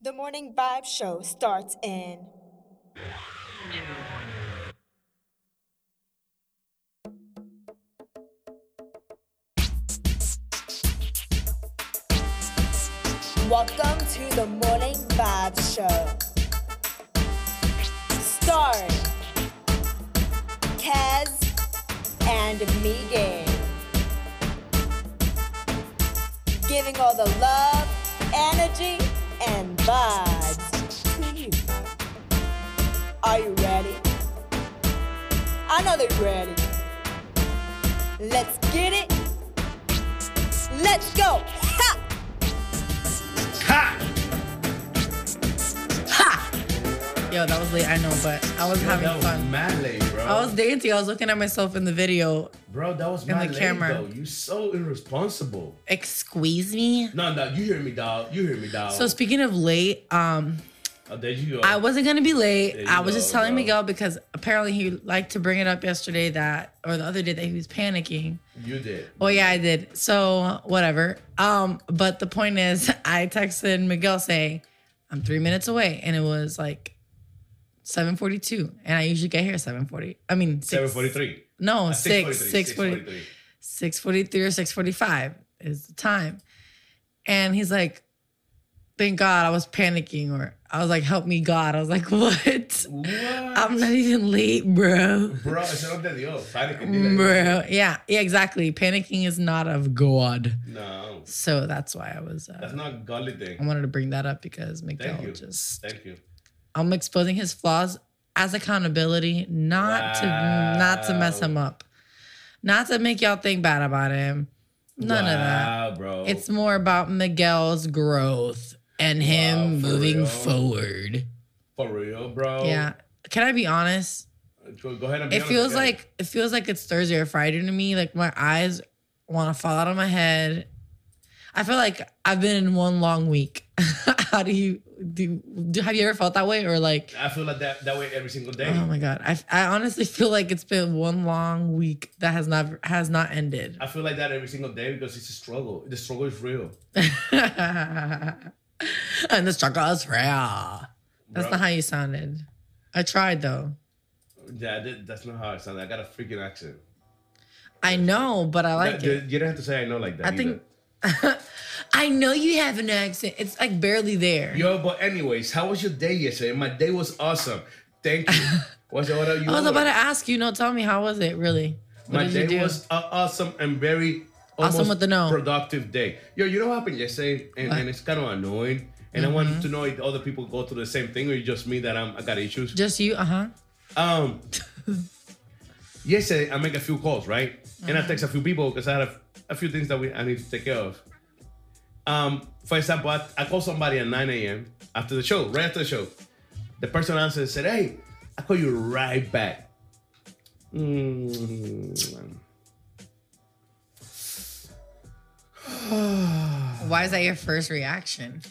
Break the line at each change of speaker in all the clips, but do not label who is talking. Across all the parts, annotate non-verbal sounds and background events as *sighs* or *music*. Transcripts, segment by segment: The morning vibe show starts in. Welcome to the morning vibe show. Starring Kaz and Megan. Giving all the love, energy, and vibes to you. Are you ready? I know they're ready. Let's get it. Let's go. Ha!
Yo, that was late. I know, but I was having
that was
fun.
mad late, bro.
I was dancing. I was looking at myself in the video.
bro, that was
in
mad
the
late,
camera.
though. You so irresponsible.
Excuse me.
No, no, you hear me, dog. You hear me, dog.
So speaking of late, um,
oh, there you go.
I wasn't gonna be
There
late.
you
I was just
go,
telling
bro.
Miguel because apparently he liked to bring it up yesterday that or the other day that he was panicking.
you did.
Oh yeah, I did. So whatever. Um, but the point is, *laughs* I texted Miguel saying I'm three minutes away, and it was like 7:42, and I usually get here at 7:40. I mean, six-
743.
No,
Uh,
Oh, six, six forty. 643 or 645 is the time. And he's like, thank God I was panicking or I was like, help me God. I was like, *laughs* what?
What?
I'm not even late, bro.
bro, ese no te dio. Panic and delay.
Bro. Yeah, yeah, exactly. Panicking is not of God.
No,
So that's why I was,
that's
uh,
not godly
I
thing.
wanted to bring that up because Miguel
you.
just,
Thank you.
I'm exposing his flaws as accountability, not to, not to mess him
Wow.
up, not to make y'all think bad about him. None of that.
of that, bro.
It's more about Miguel's growth and him
for
moving
real? Oh.
forward.
for real, bro.
Yeah. Can I be honest?
Go, go ahead and. Be
It
honest,
feels
yeah.
like it feels like it's Thursday or Friday to me. Like my eyes want to fall out of my head. I feel like I've been in one long week. *laughs* How do you do, do? Have you ever felt that way or like?
I feel like that that way every single day.
Oh my god! I, I honestly *laughs* feel like it's been one long week that has not has not
*laughs*
ended. *laughs*
I feel like that every single day because it's a struggle. The struggle is real.
and the struggle is real. That's
bro.
not how you sounded. I tried though.
Yeah, that, that's not how I sound. I got a freaking accent.
I know, but I like
That-
it.
You don't have to say I know like that.
I think I know you have an accent. It's like barely there.
either. Yo, but anyways, how was your day yesterday? My day was awesome. Thank
*laughs*
you. What's what are you?
I was about
doing?
to ask you. No, tell me how was it really? What
My
did
day
you do?
was a awesome and very
Awesome
almost
with the no.
productive day. Yo, you know what happened yesterday, and, and it's kind of annoying. And I
Mm-hmm.
wanted to know if other people go through the same thing, or it's just me that I'm, I got issues.
Just you? Uh huh. *laughs*
Um, yesterday I make a few calls, right? And I
Mm-hmm.
text a few people because I had a, a few things that we I need to take care of. Um, for example, I, I called somebody at 9 a.m. after the show, right after the show. The person answered and said, "Hey, I call you right back." *sighs* Mm.
Why is that your first reaction?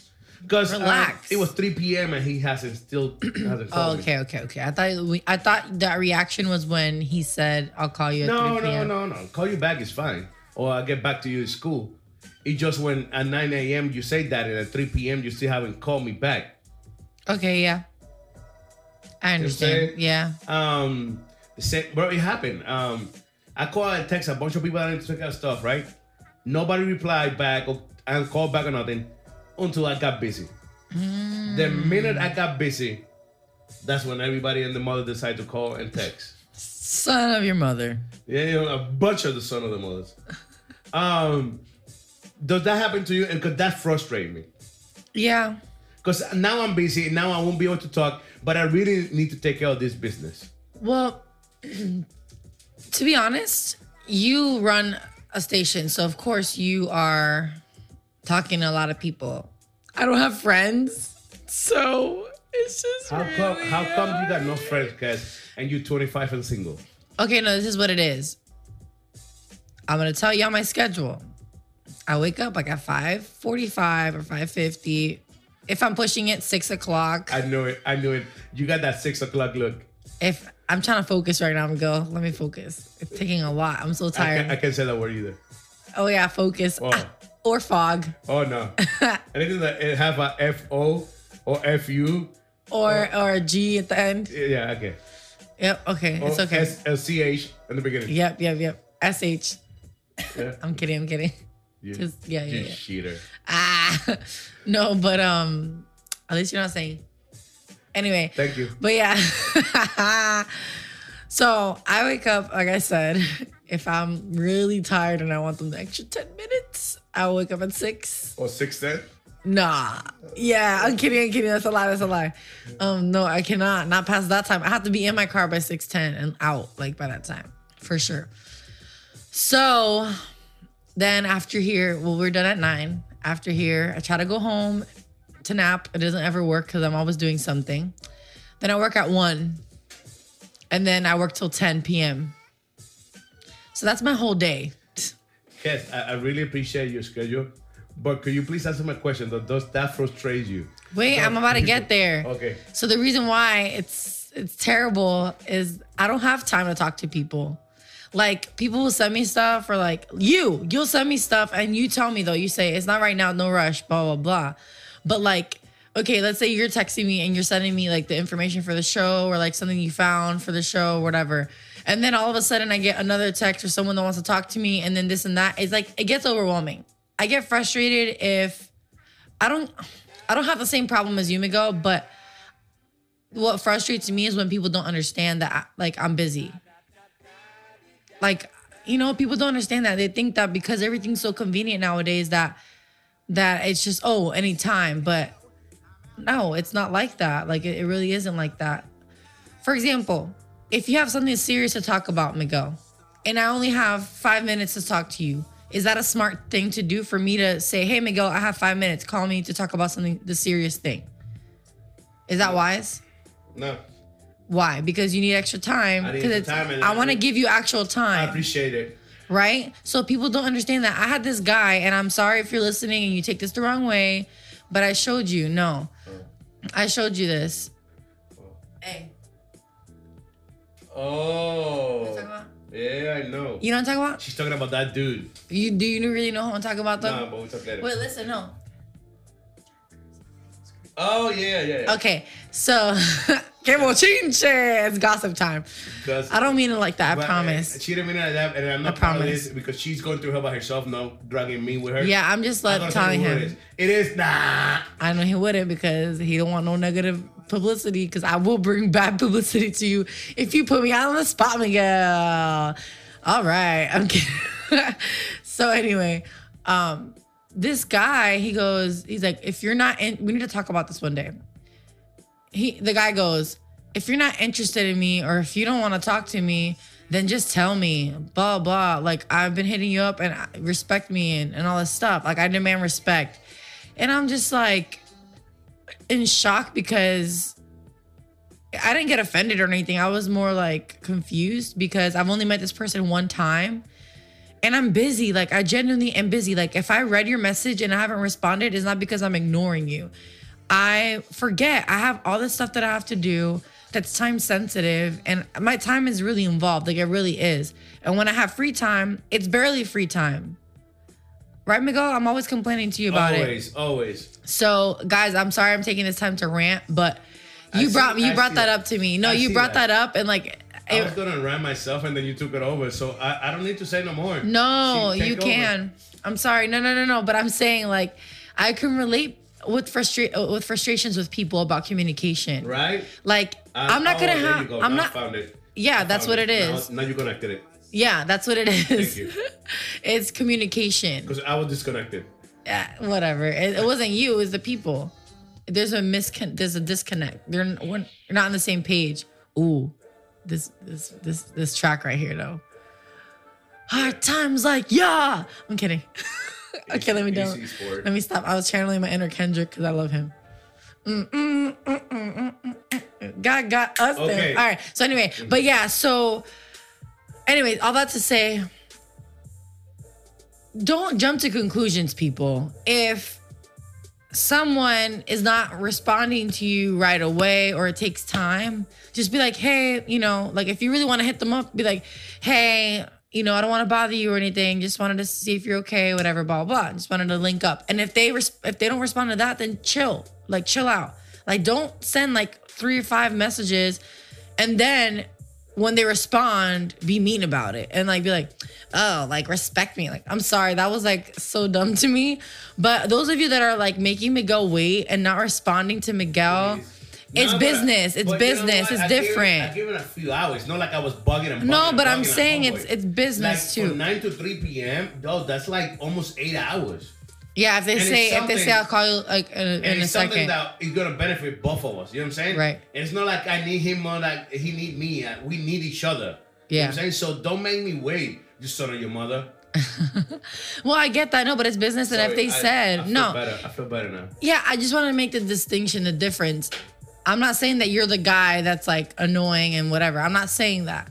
Because um,
Relax.
it was 3 p.m. and he hasn't still *clears throat* hasn't
Oh,
called me.
okay, okay, okay. I thought we, I thought that reaction was when he said, "I'll call you." At
No, no,
3 p.m.
no, no. Call you back is fine. Or I'll get back to you at school. It's just when at 9 a.m. you say that and at 3 p.m. you still haven't called me back.
Okay, yeah. I
saying?
understand. Yeah.
Um, the same, bro, it happened. Um, I called and text a bunch of people that need to check out stuff, right? Nobody replied back or and called back or nothing until I got busy. The minute I got busy, that's when everybody and the mother decided to call and text.
Son of your mother.
Yeah, you know, a bunch of the son of the mothers. Um, does that happen to you? And could that frustrate me?
Yeah.
Because now I'm busy. Now I won't be able to talk. But I really need to take care of this business.
Well, *clears throat* to be honest, you run a station, so of course you are talking to a lot of people. I don't have friends, so it's just
How come?
really
How come you got no friends, guys? And you're 25 and single.
Okay, no, this is what it is. I'm gonna tell y'all my schedule. I wake up like at 5:45 or 5:50. If I'm pushing it, six o'clock.
I knew it. I knew it. You got that six o'clock look.
if I'm trying to focus right now, I'm go. Let me focus. It's taking a lot. I'm so
I
tired.
can't, I can't say that word either.
oh yeah, focus
Oh.
Ah, or fog. *laughs*
Oh no. Anything that it have a F O, or F U.
Or
Oh.
or a G at the end.
Yeah, okay.
Yep. Okay.
Or
It's okay.
Oh, S- SCH in the beginning.
Yep. Yep. Yep. S H.
Yeah.
I'm kidding. I'm kidding. *laughs*
You-
just- yeah,
you
yeah, yeah.
Cheater.
Ah. *laughs* No, but um, at least you're not saying. Anyway.
Thank you.
But yeah. *laughs* so I wake up, like I said, *laughs* if I'm really tired and I want them the extra 10 minutes, I wake up at six.
Or Oh, six then.
Nah. Yeah, I'm kidding, I'm kidding. That's a lie, that's a lie. Um, no, I cannot. Not past that time. I have to be in my car by 610 and out like by that time, for sure. So then after here, well, we're done at nine. After here, I try to go home to nap. It doesn't ever work because I'm always doing something. Then I work at one, and then I work till 10 p.m. So that's my whole day.
Yes, I, I really appreciate your schedule. But could you please answer my question? That does that frustrate you?
Wait, I'm about to get there.
Okay.
So the reason why it's it's terrible is I don't have time to talk to people. Like people will send me stuff or like you, you'll send me stuff and you tell me though, you say it's not right now, no rush, blah blah blah. But like, okay, let's say you're texting me and you're sending me like the information for the show or like something you found for the show, whatever. And then all of a sudden I get another text or someone that wants to talk to me and then this and that. It's like it gets overwhelming. I get frustrated if I don't I don't have the same problem as you, Miguel, but what frustrates me is when people don't understand that I, like I'm busy. Like you know, people don't understand that. They think that because everything's so convenient nowadays that that it's just oh, anytime, but no, it's not like that. Like it, it really isn't like that. For example, if you have something serious to talk about, Miguel, and I only have five minutes to talk to you, is that a smart thing to do for me to say, hey, Miguel, I have five minutes. Call me to talk about something, the serious thing? Is that wise?
No,
Why? Because you need extra time.
I need
Because it's
extra time and
I
I
want to
need-
give you actual
I
time,
appreciate it.
right? So people don't understand that. I had this guy, and I'm sorry if you're listening and you take this the wrong way, but I showed you. No,
Oh.
I showed you this. Hey,
Oh.
about?
Yeah, I know.
you know what I'm talking about?
She's talking about that dude.
You do you really know what I'm talking about
Nah,
though?
but we'll talk later.
Wait, listen, no.
Oh yeah, yeah. yeah.
Okay, so *laughs* que bochinche! It's gossip time.
'Cause-
I don't mean it like that. I
but, uh,
promise.
She didn't mean it like that, and I'm not
I
proud of
promise.
this because she's going through her by herself now, dragging me with her.
Yeah, I'm just
I'm
like
gonna tell
telling
you who
him.
It is. It is nah.
I know he wouldn't because he don't want no negative publicity because I will bring bad *laughs* publicity to you if you put me out on the spot, Miguel. All right, I'm kidding. *laughs* so anyway, um, this guy, he goes, he's like, if you're not in, we need to talk about this one day. He, the guy goes, if you're not interested in me or if you don't want to talk to me, then just tell me, blah blah. Like I've been hitting you up and I- respect me and, and all this stuff. Like I demand respect. And I'm just like in shock because I didn't get offended or anything. I was more like confused because I've only met this person one time and I'm busy. Like I genuinely am busy. Like if I read your message and I haven't responded, it's not because I'm ignoring you. I forget. I have all this stuff that I have to do that's time sensitive and my time is really involved. Like it really is. And when I have free time, it's barely free time. Right, Miguel? I'm always complaining to you about it.
Always, always.
So, guys, I'm sorry I'm taking this time to rant, but you
I
brought
see-
you
I
brought
see
that
that.
up to me. No,
I
you
see
brought that.
that. Oh.
up and like
I
it-
was gonna rant myself, and then you took it over, so I, I don't need to say no more.
no,
She- take
you
over.
can. I'm sorry. No, no, no, no, but I'm saying like I can relate with frustra- with frustrations with people about communication.
Right?
Like
Uh,
I'm not
oh,
going to
there
have
you go.
I'm
Now I
not
Found it.
Yeah,
I
that's
found
what it is.
Now, now you connected it.
Yeah, that's what it is.
Thank you.
*laughs* it's communication.
Because I was disconnected.
Yeah, whatever. It, it wasn't you. It was the people. There's a miscon. There's a disconnect. They're n- we're not on the same page. Ooh, this this this this track right here though. Hard times like yeah. I'm kidding. *laughs* okay, let me
Easy
don't.
sport.
Let me stop. I was channeling my inner Kendrick because I love him. Mm-mm, mm-mm, mm-mm, mm-mm. God got us
Okay.
there. All right. So anyway, but yeah. So anyway, all that to say, don't jump to conclusions, people. If someone is not responding to you right away or it takes time, just be like, hey, you know, like if you really want to hit them up, be like, hey, you know, I don't want to bother you or anything. Just wanted to see if you're okay, whatever, blah blah. Just wanted to link up. And if they res- if they don't respond to that, then chill, like chill out. Like, don't send like three or five messages and then when they respond, be mean about it and like be like, oh, like respect me. Like, I'm sorry, that was like so dumb to me. But those of you that are like making Miguel wait and not responding to Miguel, it's
Nah, but-
business. It's
but you know
business.
what?
it's
I gave it-
different.
I give it a few hours. Not like I was bugging and bugging
no,
and
but I'm
bugging at
saying it's
homeboy.
it's
like
business too.
From 9 to 3 p.m., though, that's like almost eight hours.
yeah, if they
it's
say if they say
something-
I'll call you like in, a-
And
in a
it's something
second.
that is going to benefit both of us. You know what I'm saying?
Right.
And it's not like I need him more like he need me. uh, We need each other. You know
Yeah.
what I'm saying? So don't make me wait, you son of your mother.
well, I get that. No, but it's business. And if
Sorry,
they
I-
said
I feel
no,
Better. I feel better now.
Yeah, I just want to make the distinction, the difference. I'm not saying that you're the guy that's like annoying and whatever. I'm not saying that.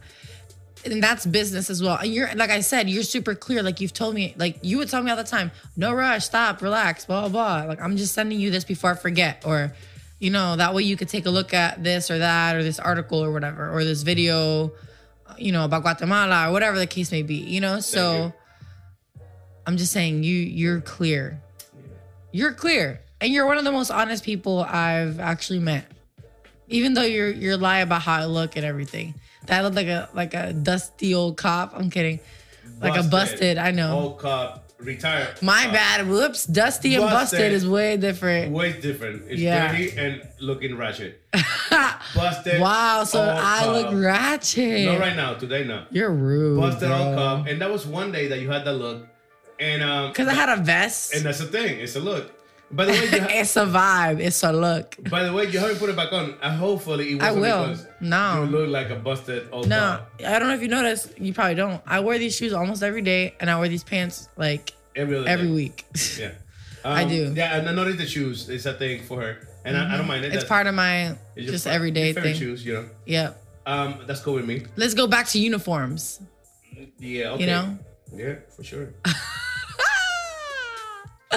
And that's business as well. And you're like I said, you're super clear. Like you've told me, like you would tell me all the time, no rush, stop, relax, blah blah. blah. Like I'm just sending you this before I forget, or you know, that way you could take a look at this or that or this article or whatever, or this video, you know, about Guatemala or whatever the case may be. You know, so
you.
I'm just saying you you're clear you're clear and you're one of the most honest people I've actually met. Even though you're you're lie about how I look and everything. That I look like a like a dusty old cop. I'm kidding. Like a busted, I know.
Old cop, retired.
My
cop.
bad. Whoops. Dusty and busted.
busted.
is way different.
Way different. It's
Yeah.
dirty and looking ratchet.
*laughs*
Busted.
Wow. So
old
I
cop.
look ratchet.
Not right now. Today now.
You're rude.
Busted old cop, and that was one day that you had that look, and um,
Because I had a vest. *laughs*
and that's the thing. It's a look. By the way, you ha-
it's a vibe. It's a look.
by the way, you haven't put it back on. I hopefully it
I
wasn't
will.
because
No.
you look like a busted old
No,
cop
I don't know if you noticed. You probably don't. I wear these shoes almost every day, and I wear these pants like
every other
every
day.
week. *laughs*
Yeah,
I
Um,
do. Mm-hmm.
Yeah, and I noticed the shoes. It's a thing for her, and I, I don't mind it.
It's
That's-
part of my
it's your
just
part-
everyday
your favorite
thing.
Shoes, you know.
Yeah.
Um, that's cool with me.
Let's go back to uniforms.
Yeah. Okay.
You know?
Yeah, for sure. *laughs*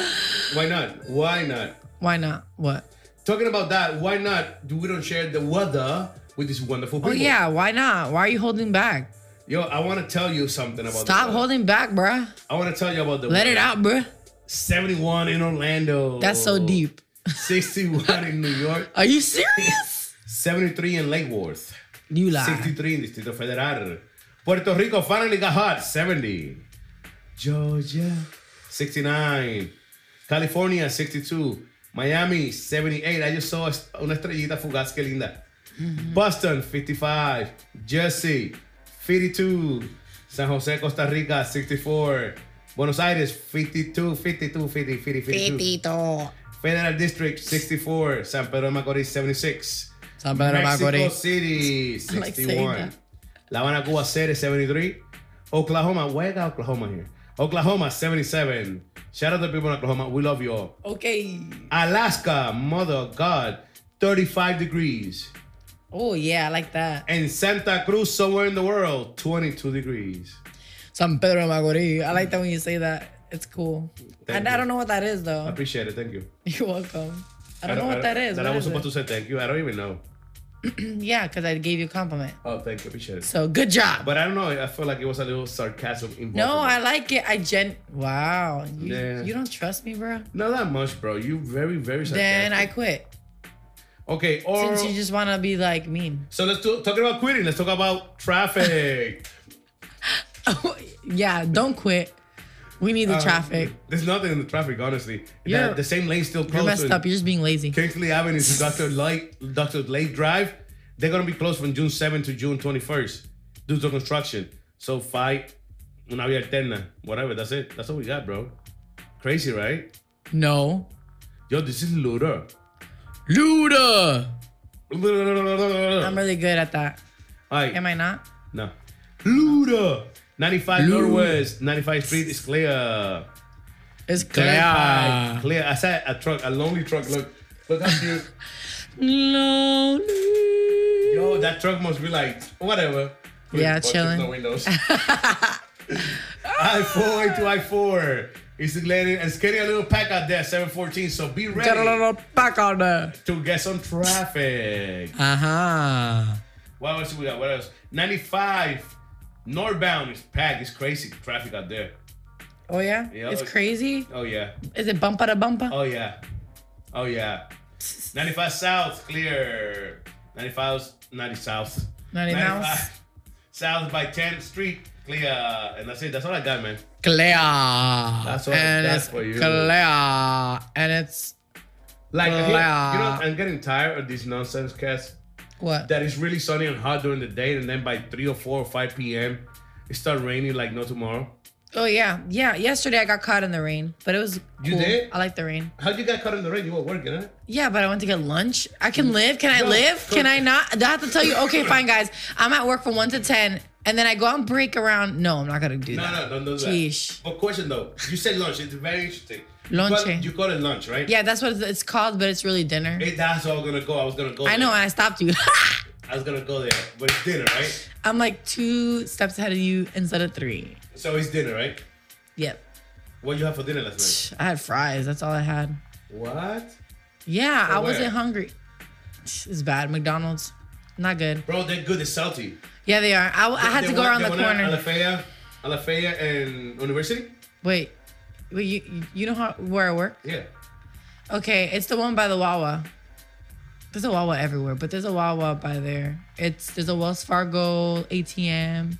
Why not? Why not?
Why not? What?
Talking about that, why not? Do we don't share the weather with these wonderful
Oh
people?
yeah, why not? Why are you holding back?
Yo, I want to tell you something about. the
Stop
weather.
holding back, bruh.
I want to tell you about the.
Let it
weather.
out, bruh.
71 in Orlando.
That's so
*laughs*
deep.
61 in New York.
Are you serious?
*laughs* 73 in Lake Worth.
You lie.
63 in Distrito Federal. Puerto Rico finally got hot. 70. Georgia. 69. California, 62. Miami, 78. I just saw est- una estrellita fugaz, que linda. Boston, 55. Jersey, 52. San Jose, Costa Rica, 64. Buenos Aires, 52, 52, 50, 50, 52.
Petito.
Federal District, 64. San Pedro de Macorís, 76.
Sound better, my
Mexico
buddy.
City,
I like saying
61.
that.
La Habana, Cuba City, 73. Oklahoma, why I got Oklahoma here? Oklahoma, 77. Shout out to the people in Oklahoma. We love you all.
Okay.
Alaska, mother of God, 35 degrees.
Oh yeah, I like that.
And Santa Cruz, somewhere in the world, 22 degrees.
San Pedro Magori. I like that when you say that. It's cool.
Thank
And I
you.
don't know what that is
I
though. *laughs*
appreciate it. Thank you.
You're welcome. I don't know what that is.
That
What
I was
is
supposed
it?
to say thank you. I don't even know.
Yeah, because I gave you a compliment.
Oh, thank you. Appreciate it.
So good job.
But I don't know. I feel like it was a little sarcasm involved.
No,
in it.
I like it. I gen. Wow, you,
Yeah.
you don't trust me, bro.
Not that much, bro. You very, very sarcastic.
Then I quit.
Okay, or
Since you just want to be like mean. *laughs*
so let's do, talking about quitting. Let's talk about traffic.
yeah, don't quit. We need
Uh,
the *laughs* traffic.
There's nothing in the traffic, honestly.
You're-
The, the same lane still
You're
closed.
messed
in
up. You're just being lazy.
Kingsley Avenue to Dr. Light, Dr. Lake Drive. They're gonna be closed from June 7th to June 21st due to construction. So fight, una vía alterna, whatever. That's it. That's all we got, bro. Crazy, right?
No,
Yo, this is looter.
Luda.
All
I'm really good at that.
right,
Am I not?
No. Luda. 95
Luda.
Northwest, 95 Street is clear.
It's
Clear.
clear.
Clear. I said a truck, a lonely truck. Look, look how cute.
Lonely.
Yo, that truck must be like, whatever. With
Yeah,
bunches,
chilling.
No windows. *laughs* I 4 into I 4. It's landing and getting a little pack out there, 714. So be
Got a
ready
little pack on there.
to get some traffic.
Uh
Uh-huh.
huh.
What else we got? What else? 95 northbound is packed. It's crazy traffic out there.
Oh yeah?
Yeah,
it's
like-
crazy.
Oh, yeah.
Is it bumper to bumper?
Oh, yeah. Oh, yeah. 95 South, clear. 95, 90 South.
90
*laughs* South by 10th Street, clear. uh, And that's it. That's all I got, man.
Clea.
That's all I
and
got
it's
for you.
Clea. And it's
Like, I hate- Uh, you know,
Blah.
I'm getting tired of these nonsense cats
what?
that is really sunny and hot during the day, and then by 3 or 4 or 5 p.m., it starts raining like no tomorrow.
oh yeah. Yeah. Yesterday I got caught in the rain, but it was
You
cool.
did?
I like the rain.
How'd you get caught in the rain? You were working, eh? huh?
Yeah, but I went to get lunch. I can live. Can I
No,
live? Can
go-
I not? Do I have to tell you? Okay, fine, guys. I'm at work from one to ten, and then I go out and break around. No, I'm not gonna do
No,
that.
no, don't do that.
Sheesh.
But question though, you said lunch. It's very interesting.
Lunch,
You
eh?
call, you call it lunch, right?
Yeah, that's what it's called, but it's really dinner.
Hey, that's all gonna go. I was gonna go.
I know.
There.
I stopped you. *laughs*
I was gonna go there, but it's dinner, right?
I'm like two steps ahead of you instead of three.
So it's dinner, right?
Yep.
What you have for dinner last
I had fries. That's all I had.
night? What?
Yeah, I
where?
wasn't hungry. It's bad. McDonald's, not good.
Bro, they're good. They're salty.
Yeah, they are. I, I had
They
to go
went-
around
they
the
went at
corner.
Alafaya, Alafaya, and University.
Wait, wait. You you- you know how where I work?
Yeah.
Okay, it's the one by the Wawa. There's a Wawa everywhere, but there's a Wawa by there. It's there's a Wells Fargo ATM.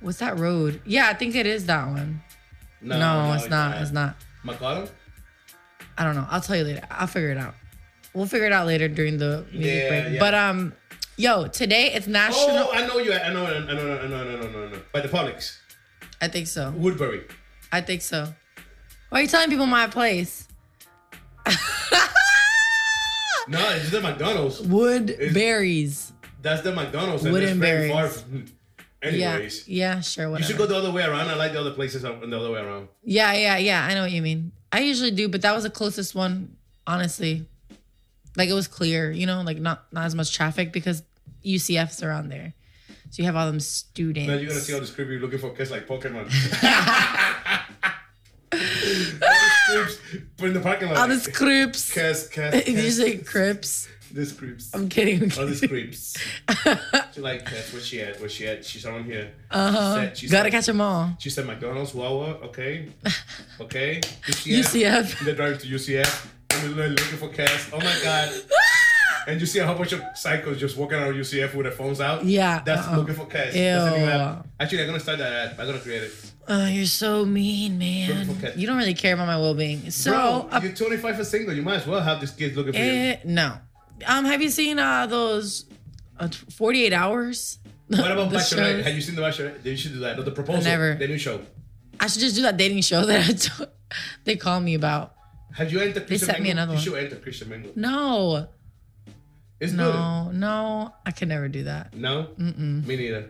What's that road? Yeah, I think it is that one. No, it's not. It's not.
McCollum.
I don't know. I'll tell you later. I'll figure it out. We'll figure it out later during the music
Yeah,
break.
yeah.
But um, yo, today it's National.
Oh, I know you. I know. I know. I know. I know. I know. I know. I know. By the Publix,
I think so.
Woodbury.
I think so. Why are you telling people my place?
No, it's the McDonald's.
Wood berries.
That's the McDonald's. and
Wooden
it's very far
berries.
from- *laughs*
Yeah,
Anyways.
yeah, sure,
You
whatever.
should go the other way around. I like the other places on the other way around.
yeah, yeah, yeah. I know what you mean. I usually do, but that was the closest one, honestly. Like it was clear, you know, like not not as much traffic because UCF's around there, so you have all them students.
Now you're gonna see all the script you're looking for kids like
*laughs*
Pokemon. But in the parking lot.
all
like,
the scripts.
Kiss,
*laughs*
kiss,
Did you
kiss.
say crips?
The scripts.
I'm kidding. I'm
All the
kidding. *laughs*
scripts. She like kiss. Where she at? Where she at? She's on here.
Uh-huh.
She said, she
Gotta
said-
catch them all.
She said McDonald's, Wawa, okay,
*laughs*
okay.
UCF.
They're driving to UCF. And they're looking for Cass. Oh my god. And you see a whole bunch of psychos just walking around UCF with their phones out.
Yeah,
That's
uh-uh.
looking for Cass. That's the new
Ew.
app. Actually, I'm gonna start that app. I'm gonna create it.
*laughs* Oh, you're so mean, man.
Look, okay.
You don't really care about my well-being. So,
Bro,
uh,
you're 25 and single. You might as well have these kids looking for you.
eh, no. Um, have you seen uh those uh, t- 48 hours?
What about
*laughs* The
Bachelorette?
shows?
Have you seen the Bachelorette? They should do that. The proposal.
Never.
The new show.
I should just do that dating show *laughs* that I told, they call me about.
Have you entered Christian
sent me
Mingle?
another
You
one.
should enter Christian Mingle.
No,
It's
no, no. I can never do that.
good. No? Mm-mm. Me neither.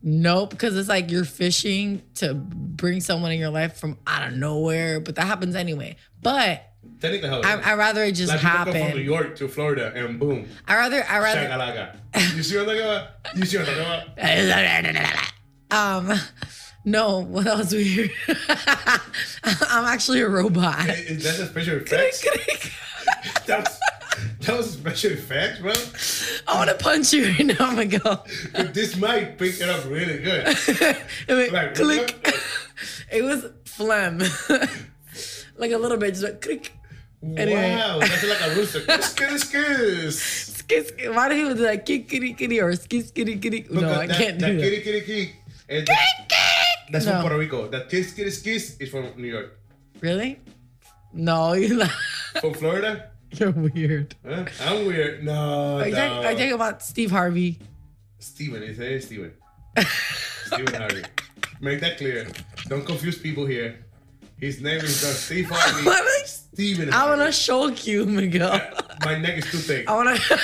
Nope, because it's like you're fishing to bring someone in your life from out of nowhere, but that happens anyway. But
Technically, how it
I,
is.
I rather it just
Like people come from New
happen.
York to Florida and boom,
I rather I rather
shakalaka. You see what I'm talking about? You see what I'm talking about?
um no what else weird *laughs* i'm actually a robot *laughs*
Is is that a special effects? that, was, that was special effects, bro.
i want to punch you right now oh my god
But this might pick it up really good.
*laughs* it went
Like,
click *laughs* it was phlegm like a little bit just went click Anyway.
Wow, that's like a rooster. Kiss, kiss,
*laughs*
kiss.
skis, why do people do that kick kitty kitty or skis kitty kitty no
Because
i
that,
can't
that
do that
kitty, kitty, kitty. And that- That's
No.
from Puerto Rico. That kiss, kiss, kiss is from New York.
really no *laughs* you're, not,
From Florida?
you're weird
Huh? I'm weird. No,
are you,
no.
talking, are you talking about steve harvey
Steven, is it
*laughs*
Steven? Steven Harvey. Make that clear. Don't confuse people here. His name is not Steve
*laughs*
Harvey.
I'm like,
Steven
i want
Harvey.
to choke you miguel
My neck is too thick.
I want to.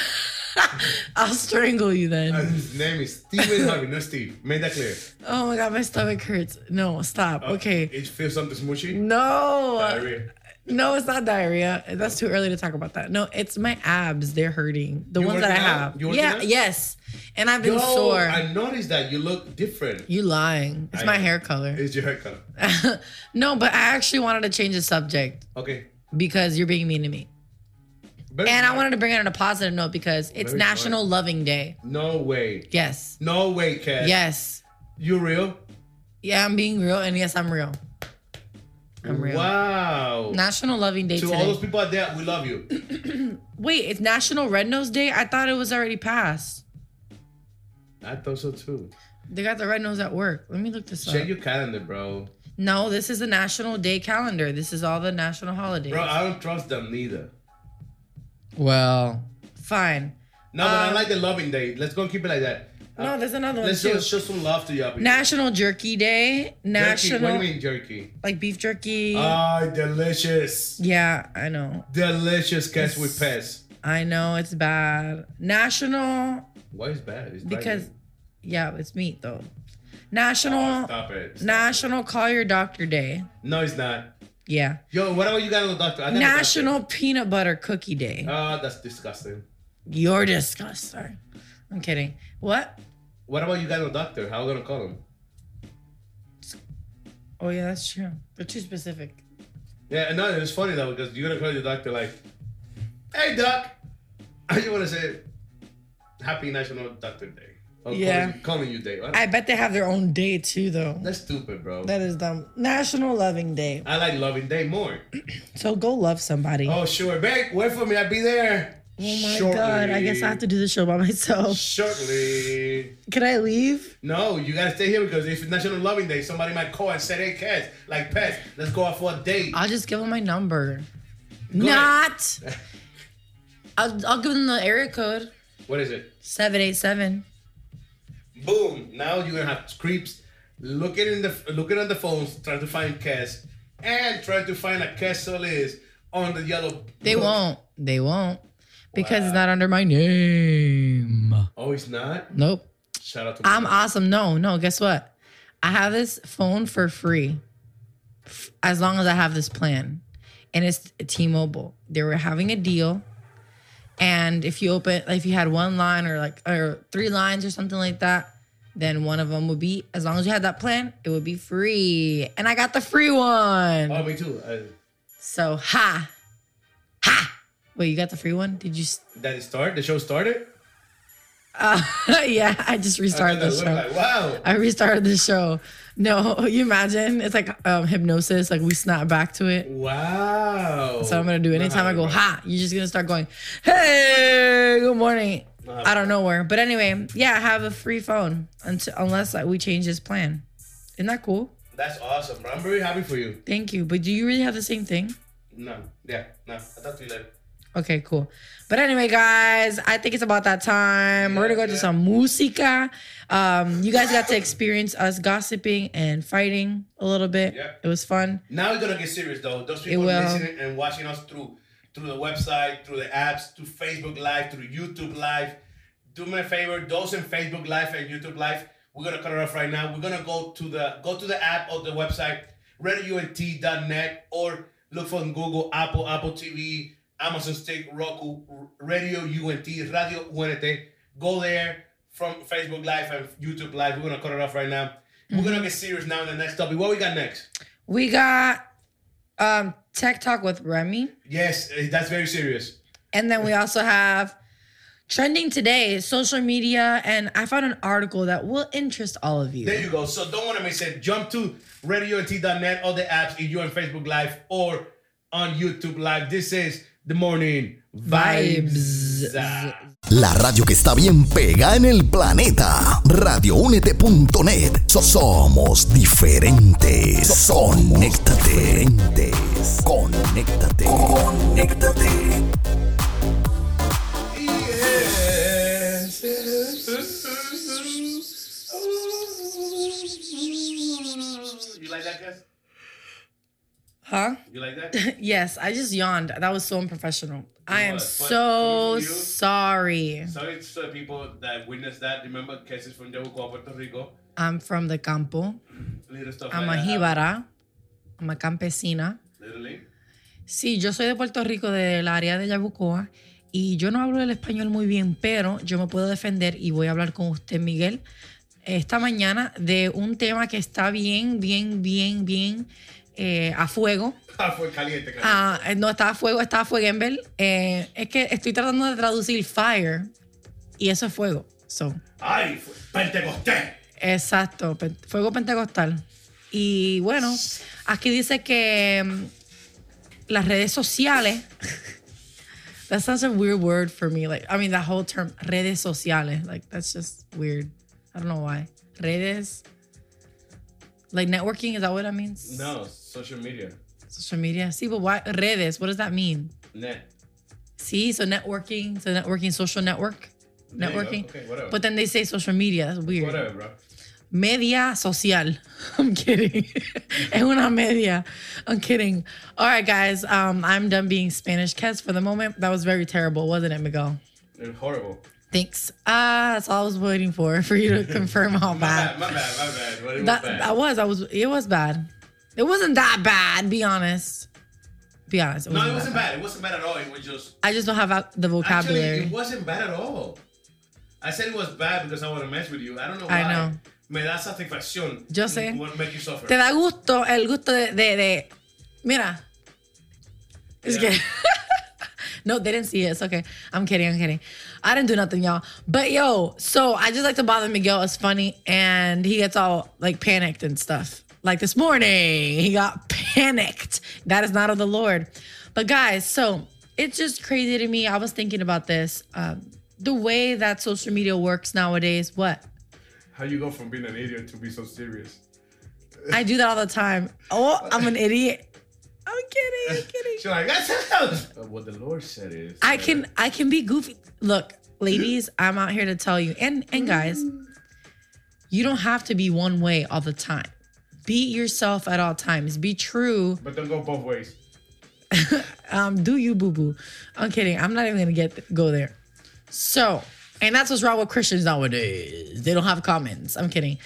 *laughs* I'll strangle you then.
Uh, His name is Steven Harvey, not Steve. Make that clear.
Oh my god, my stomach hurts. No, stop. Okay.
It feels something smoochy.
No,
Oh. Diarrhea.
no, it's not diarrhea. That's too early to talk about that. No, it's my abs. They're hurting. The
You
ones that I
working out?
have.
You working
Yeah.
out?
Yes. And I've been
Yo,
sore.
I noticed that you look different.
you lying. It's
I
my
am.
hair color. *laughs*
It's your haircut.
no, but I actually wanted to change the subject
Okay.
because you're being mean to me.
Very
And I
smart.
wanted to bring it on a positive note because it's
Very
National Loving Day.
No way.
Yes.
No way, Kat.
Yes.
You real?
Yeah, I'm being real and yes, I'm real. I'm real.
Wow.
National Loving Day
to
today.
all those people out there, we love you. *clears throat*
Wait, it's National Red Nose Day? I thought it was already passed.
I thought so too.
They got the red nose at work. Let me look this up.
Check your calendar, bro.
no, this is the National Day calendar. This is all the national holidays.
Bro, I don't trust them neither.
well, fine.
No, but I
Um,
like the loving day. Let's go and keep it like that. Uh,
No, there's another one
Let's
too.
show, show some love to y'all. people.
National Jerky Day.
Jerky.
National
What do you mean jerky?
like beef jerky.
Ah, delicious.
yeah, I know.
Delicious catch with pets.
I know it's bad. National
Why is bad? It's
because
bad.
yeah, it's meat though. National
Oh, stop it.
National Call Your Doctor Day.
No, it's not.
Yeah.
Yo, what about you got on the doctor? I got a doctor.
National Peanut Butter Cookie Day.
Ah, that's disgusting.
You're disgusting. I'm kidding. What?
What about you got on the doctor? How are we gonna call him?
Oh yeah, that's true. They're too specific.
Yeah, no, it's funny though because you're gonna call your doctor like, "Hey, doc," *laughs* I just want to say, "Happy National Doctor Day." Or calling-
Yeah.
calling, you day. What?
I bet they have their own day too, though.
that's stupid, bro.
That is dumb. National Loving Day.
I like loving day more.
So go love somebody. Oh,
Oh, sure, babe. Wait for me. I'll be there.
my god! I guess I have to do the show by
*laughs*
myself.
Shortly.
Can I leave?
No, you gotta stay here because if it's National Loving Day, somebody might call and say, "Hey, cats, like pets, let's go out for a date."
I'll just give them my number. Not. I'll, I'll give them the area code
What is it?
seven eight seven.
Boom! Now you're gonna have creeps looking in the looking on the phones, trying to find Cass, and trying to find a Cass Solis on the yellow.
They won't. They won't because
Wow.
it's not under my name.
Oh, it's not.
Nope.
Shout out to.
I'm awesome. No, no. Guess what? I have this phone for free f- as long as I have this plan. And it's T-Mobile. They were having a deal. And if you open, like if you had one line or like or three lines or something like that, then one of them would be as long as you had that plan, it would be free. And I got the free one.
Oh, me too. Uh,
So ha, ha. Wait, you got the free one? Did you? s-
that it start. The show started.
Uh, *laughs* yeah, I just restarted
I
the
look
show.
Like, wow.
I restarted the show. No, *laughs* you imagine? It's like um, hypnosis. Like we snap back to it.
Wow.
So I'm gonna do it.
Not
anytime I
happening,
go
bro.
ha. You're just gonna start going, hey, good morning. I don't know where, but anyway, yeah, I have a free phone until, unless like, we change this plan. Isn't that cool?
That's awesome, bro. I'm very happy for you.
Thank you. But do you really have the same thing?
No. Yeah. No. I talk to you later.
Okay, cool. But anyway, guys, I think it's about that time. We're gonna go to
Yeah.
some musica. Um, you guys got to experience us gossiping and fighting a little bit.
Yeah.
It was fun.
Now we're gonna get serious though. Those people
will.
listening and watching us through through the website, through the apps, through Facebook Live, through YouTube Live. Do me a favor, those in Facebook Live and YouTube Live, we're gonna cut it off right now. We're gonna go to the go to the app or the website, radiount.net or look for on Google, Apple, Apple TV, Amazon Stick, Roku, R- Radio UNT, Radio UNT. Go there from Facebook Live and YouTube Live. We're gonna cut it off right now. We're gonna get serious now in the next topic. What we got next?
We got um Tech Talk with Remy.
Yes, eh, that's very serious.
And then we also have trending today, social media, and I found an article that will interest all of you.
There you go. So don't want to miss it. Jump to RadioNT.net or the apps if you're on Facebook Live or on YouTube Live. This is the morning vibes. Ah.
La radio que está bien pega en el planeta. Radioúnete.net. So- somos diferentes. Conéctate. Diferentes. Conéctate. Conéctate.
Yes. You like that, guys?
Huh?
You like
*laughs*
that?
Yes, I just yawned. That was so unprofessional. I am
was, but
so
good for you.
sorry.
Sorry to the people that witnessed that. Remember, cases from Yabucoa, Puerto Rico.
I'm from the campo.
Little stuff
I'm a
like that.
jíbara. I'm a campesina.
Literally.
Sí, yo soy de Puerto Rico, del área de Yabucoa, y yo no hablo el español muy bien, pero yo me puedo defender y voy a hablar con usted, Miguel, esta mañana de un tema que está bien, bien, bien, bien eh, a fuego.
Ah, fue caliente, caliente.
Ah, eh, no, está a fuego, está a fuego, Ember. Eh, es que estoy tratando de traducir fire y eso es fuego. So,
¡Ay! fue- ¡Pentecostés!
exacto, pen- fuego pentecostal. Y bueno, aquí dice que mm, las redes sociales. *laughs* That's such a weird word for me. Like, I mean, that whole term, redes sociales. Like, that's just weird. I don't know why. Redes. Like networking, is that what that means?
No, social media.
Social media. See, but why redes? What does that mean?
Net.
See, so networking, so networking, social network,
There you go.
networking.
Okay, whatever.
But then they say social media. That's weird.
Whatever, bro.
Media social. *laughs* I'm kidding. *laughs* es una media. I'm kidding. All right, guys. Um, I'm done being Spanish Kez for the moment. That was very terrible, wasn't it, Miguel?
They're horrible.
Thanks. Ah, that's all I was waiting for for you
*laughs*
to confirm how
My bad,
bad.
my bad, my bad. But it was
Ah. That
bad.
that was. I was. It was bad. It wasn't that bad. Be honest. Be honest.
no, it
that
wasn't bad. It wasn't bad at all. It was just
I just don't have out-
actually,
the vocabulary.
it wasn't bad at all. I said it was bad because I want to mess with you. I don't know why.
I know.
Me da satisfacción.
Yo sé.
Want to make you suffer.
Te da gusto, el gusto de. de, de- mira. It's
Yeah.
good. *laughs* no, they didn't see it. It's okay. I'm kidding. I'm kidding. I didn't do nothing, y'all. But yo, so I just like to bother Miguel. It's funny. And he gets all like panicked and stuff. Like this morning, he got *laughs* panicked. That is not of the Lord. But guys, so it's just crazy to me. I was thinking about this. Um, the way that social media works nowadays, what?
How you go from being an idiot to be so serious?
I do that all the time. Oh, I'm an idiot. I'm kidding. I'm
She's
kidding.
like, that's it. But what the Lord said is.
I can I can be goofy. Look, ladies, I'm out here to tell you, and and guys, you don't have to be one way all the time. Be yourself at all times. Be true.
But don't go both ways.
Um, do you boo boo? I'm kidding. I'm not even gonna get go there. So, and that's what's wrong with Christians nowadays. They don't have comments. I'm kidding.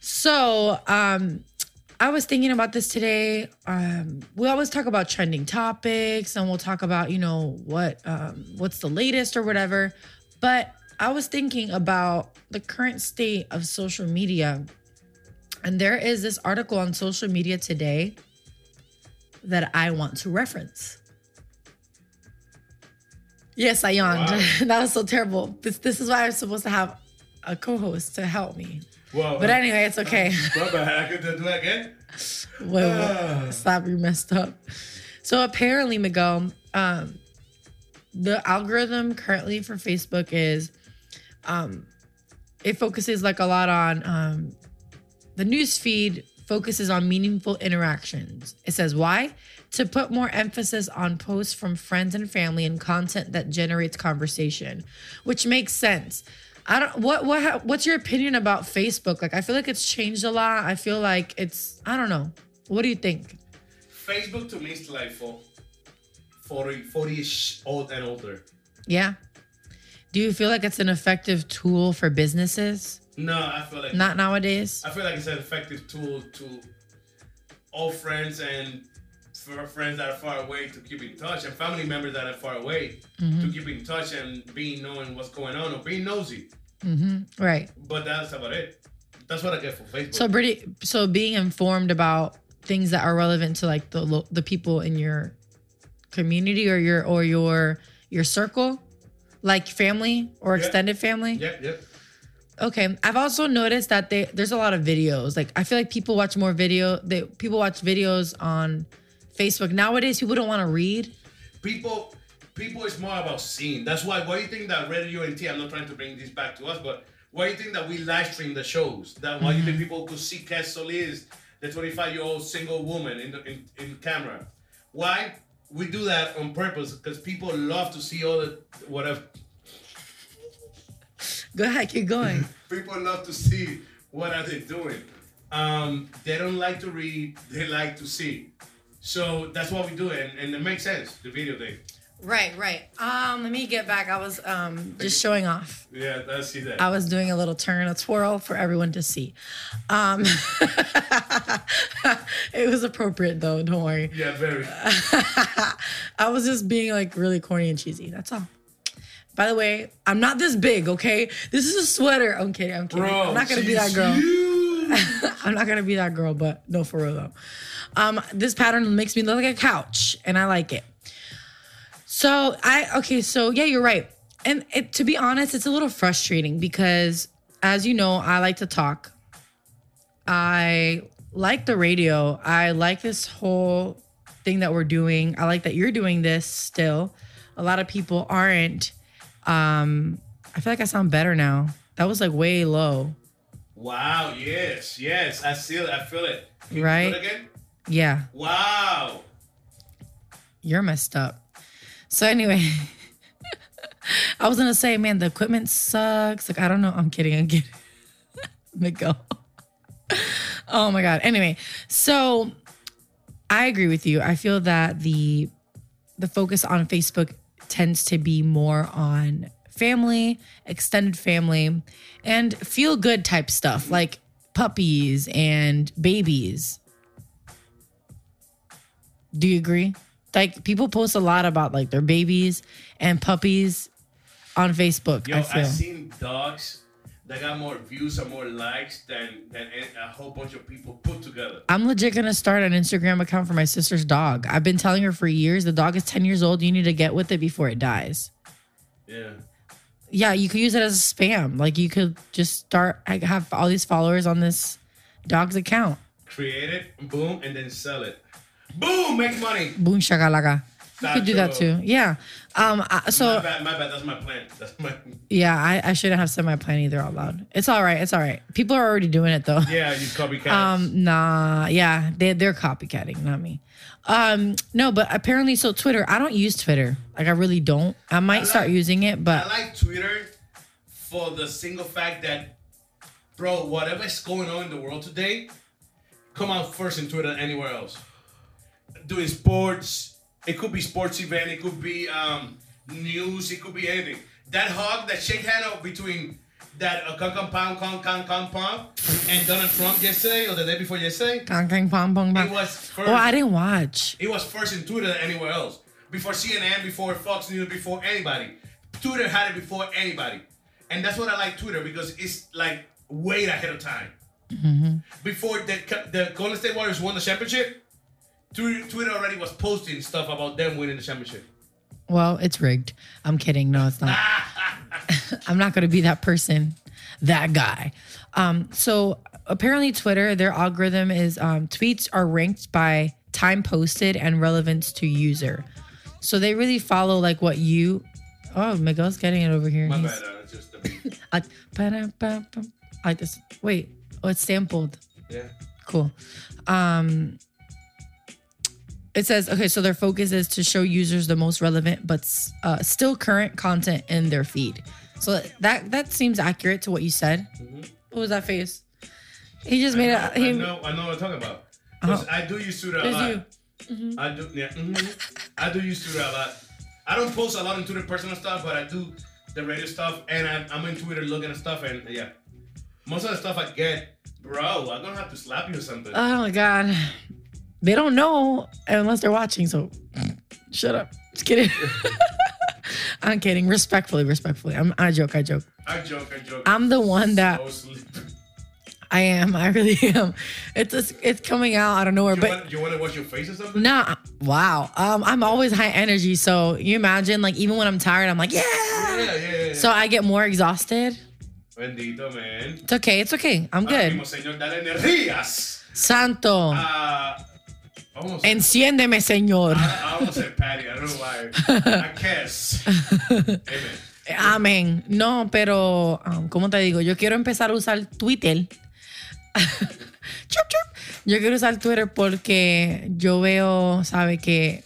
So, um, I was thinking about this today. Um, we always talk about trending topics, and we'll talk about you know what um, what's the latest or whatever. But I was thinking about the current state of social media, and there is this article on social media today that I want to reference. Yes, I yawned.
Wow.
*laughs* that was so terrible. This this is why I'm supposed to have a co-host to help me.
Well,
But anyway, it's okay. *laughs*
my bad. I could do that again.
Wait, wait. Stop, you messed up. So apparently, Miguel, um, the algorithm currently for Facebook is um, it focuses like a lot on um, the news feed focuses on meaningful interactions. It says why? To put more emphasis on posts from friends and family and content that generates conversation, which makes sense. I don't what what ha- what's your opinion about Facebook? Like I feel like it's changed a lot. I feel like it's I don't know. What do you think?
Facebook to me is like for 40, 40 ish old and older.
Yeah. Do you feel like it's an effective tool for businesses?
No, I feel like
Not nowadays.
I feel like it's an effective tool to all friends and for friends that are far away to keep in touch and family members that are far away to keep in touch and being knowing what's going on or being nosy.
Right.
But that's about it. That's what I get from Facebook.
So pretty so being informed about things that are relevant to like the lo- the people in your community or your or your your circle, like family or
Yeah.
extended family.
yep, yep.
Okay, I've also noticed that they there's a lot of videos. Like I feel like people watch more video. They people watch videos on Facebook nowadays. People don't want to read.
people people is more about seeing. That's why why do you think that Radio UNT, I'm not trying to bring this back to us, but why do you think that we live stream the shows? That why you think people could see Kes Solis, the 25 year old single woman in, the, in in camera? Why we do that on purpose? Because people love to see all the whatever.
Go ahead, keep going.
People love to see what are they doing. Um, they don't like to read. They like to see. So that's what we do, and, and it makes sense. The video thing.
*laughs* right, right. Um, let me get back. I was um just showing off.
Yeah, I see that.
I was doing a little turn, a twirl for everyone to see. Um, *laughs* it was appropriate though. Don't worry.
yeah, very.
I was just being like really corny and cheesy. That's all. By the way, I'm not this big, okay? This is a sweater. I'm kidding. I'm kidding. I'm not gonna be that
she's
girl.
huge.
*laughs* I'm not gonna be that girl, but no, for real though. Um, this pattern makes me look like a couch, and I like it. So I okay, so yeah, you're right. And it, to be honest, it's a little frustrating because, as you know, I like to talk. I like the radio. I like this whole thing that we're doing. I like that you're doing this still. A lot of people aren't. Um, I feel like I sound better now. That was like way low.
Wow. Yes. Yes. I feel. I feel it. Can you do
Right.
it again?
Yeah,
Wow.
you're messed up. So anyway, *laughs* I was gonna say, man, the equipment sucks. Like I don't know. I'm kidding. I'm kidding. Let me go. oh my god. Anyway, so I agree with you. I feel that the the focus on Facebook tends to be more on family, extended family, and feel good type stuff like puppies and babies. Do you agree? Like people post a lot about like their babies and puppies on Facebook.
Yo,
I
I
feel.
have seen dogs that got more views and more likes than than a- a whole bunch of people put together.
I'm legit gonna start an Instagram account for my sister's dog. I've been telling her for years the dog is 10 years old. You need to get with it before it dies.
Yeah.
Yeah, you could use it as spam. Like you could just start I have all these followers on this dog's account.
Create it, boom, and then sell it. Boom, make money.
Boom shakalaka. You could do that too.
Nacho.
Yeah. Um. I,
My
so
bad, my bad. That's my plan. That's
*laughs*
my.
yeah, I, I shouldn't have said my plan either out loud. It's all right. It's all right. People are already doing it though. *laughs*
Yeah, you copycat.
Um, nah, yeah, they they're copycatting, not me. Um, no, but apparently, so Twitter, I don't use Twitter. Like, I really don't. I might start using it,
I
but
like Twitter for the single fact that, bro, whatever is going on in the world today, come out first in Twitter than anywhere else. Doing sports, it could be sports event, it could be um, news, it could be anything. That hug, that shake hand out between that uh, con con pound con con con pound and Donald Trump yesterday or the day before yesterday,
Kang, kang, pong, pong, pong.
It was first.
Oh, I didn't watch.
it was first in Twitter than anywhere else. Before CNN, before Fox News, before anybody. Twitter had it before anybody. And that's what I like Twitter because it's like way ahead of time.
Mm-hmm.
Before the, the Golden State Warriors won the championship, Twitter Twitter already was posting stuff about them winning the championship.
Well, it's rigged. I'm kidding. No, it's not. *laughs* I'm not gonna be that person, that guy. Um, so apparently, Twitter, their algorithm is um, tweets are ranked by time posted and relevance to user. So they really follow like what you. Oh, Miguel's getting it over here.
My
He's-
bad, uh, just a bit.
Like, ba-da-ba-bum. I just wait. Oh, it's sampled. *laughs*
yeah.
Cool. Um, it says okay. So their focus is to show users the most relevant but s- uh, still current content in their feed. So that that seems accurate to what you said. What was that face? He just made
Mm-hmm. I
it. Uh, He,
know, I know what I'm talking about. 'Cause I do use Twitter a
there's
lot.
you.
I do, yeah. mhm. I do use Twitter a lot. I don't post a lot on Twitter personal stuff, but I do the radio stuff, and I, I'm in Twitter looking at stuff, and yeah, most of the stuff I get, bro, I'm gonna have to slap you or something.
Oh my god. They don't know unless they're watching, so shut up.
*laughs*
Just kidding. *laughs* I'm kidding. Respectfully, respectfully. I'm I joke, I joke.
I joke, I joke.
I'm the one that
Oh, sleep. *laughs*
I am. I really *laughs* am. It's just, it's coming out out of nowhere.
You,
But
want, you want to wash your face or something?
nah, wow. Um, I'm always high energy. So you imagine, like even when I'm tired, I'm like, yeah.
Yeah, yeah, yeah.
So I get more exhausted.
Bendito, man.
It's okay. It's okay. I'm
Ahora
good.
mismo, Señor, dale energías.
Santo,
Ah, almost.
enciéndeme, señor.
I almost said Patty. I don't know
*laughs*
why. I kiss. Amen.
Amén. No, pero, um, ¿cómo te digo? Yo quiero empezar a usar Twitter. *laughs* Chup, chup. Yo quiero usar Twitter porque yo veo, sabe, que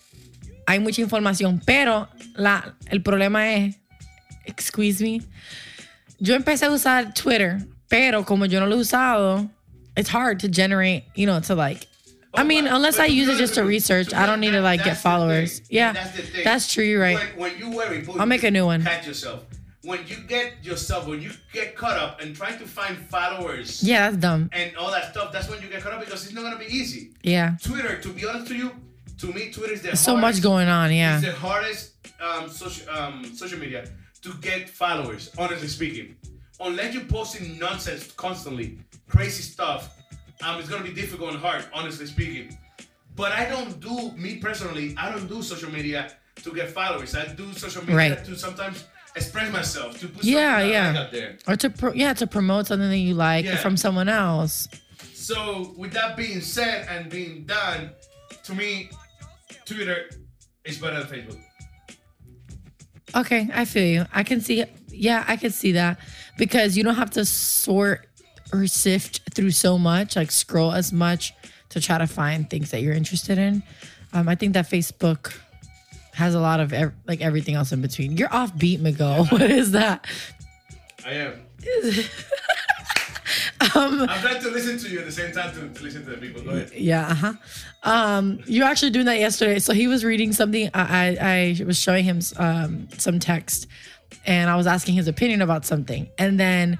hay mucha información, pero la, el problema es, excuse me, yo empecé a usar Twitter, pero como yo no lo he usado, it's hard to generate, you know, to like, I mean,
But-
unless
but
I use it
you
just to
gotta-
research, I don't need
that-
to like get
that's the
followers.
thing.
Yeah,
that's the thing.
that's true. You're right.
When, when you worry, boy,
I'll make a new one.
Catch yourself. When you get yourself, when you get caught up and trying to find followers
Yeah, that's dumb.
and all that stuff, that's when you get caught up because it's not gonna be easy.
Yeah.
Twitter, to be honest to you, to me, Twitter is the
so much
hardest-
going on. Yeah.
It's the hardest um, social um, social media to get followers. Honestly speaking, unless you're posting nonsense constantly, crazy stuff, um, it's gonna be difficult and hard. Honestly speaking, but I don't do me personally. I don't do social media to get followers. I do social media
Right.
to sometimes express myself to put
Yeah,
something I
yeah.
like out there.
or to pro- yeah to promote something that you like
Yeah.
from someone else.
So with that being said and being done, to me, Twitter is better than Facebook.
Okay, I feel you. I can see. Yeah, I can see that because you don't have to sort or sift through so much, like scroll as much to try to find things that you're interested in. Um, I think that Facebook has a lot of ev- like everything else in between. You're off beat, Miguel. *laughs* What is that?
I am. I'm trying to listen to you at the same time to, to listen to the people. Go ahead.
Yeah, uh-huh. Um, you were actually doing that yesterday. So he was reading something. I, I, I was showing him um, some text, and I was asking his opinion about something. And then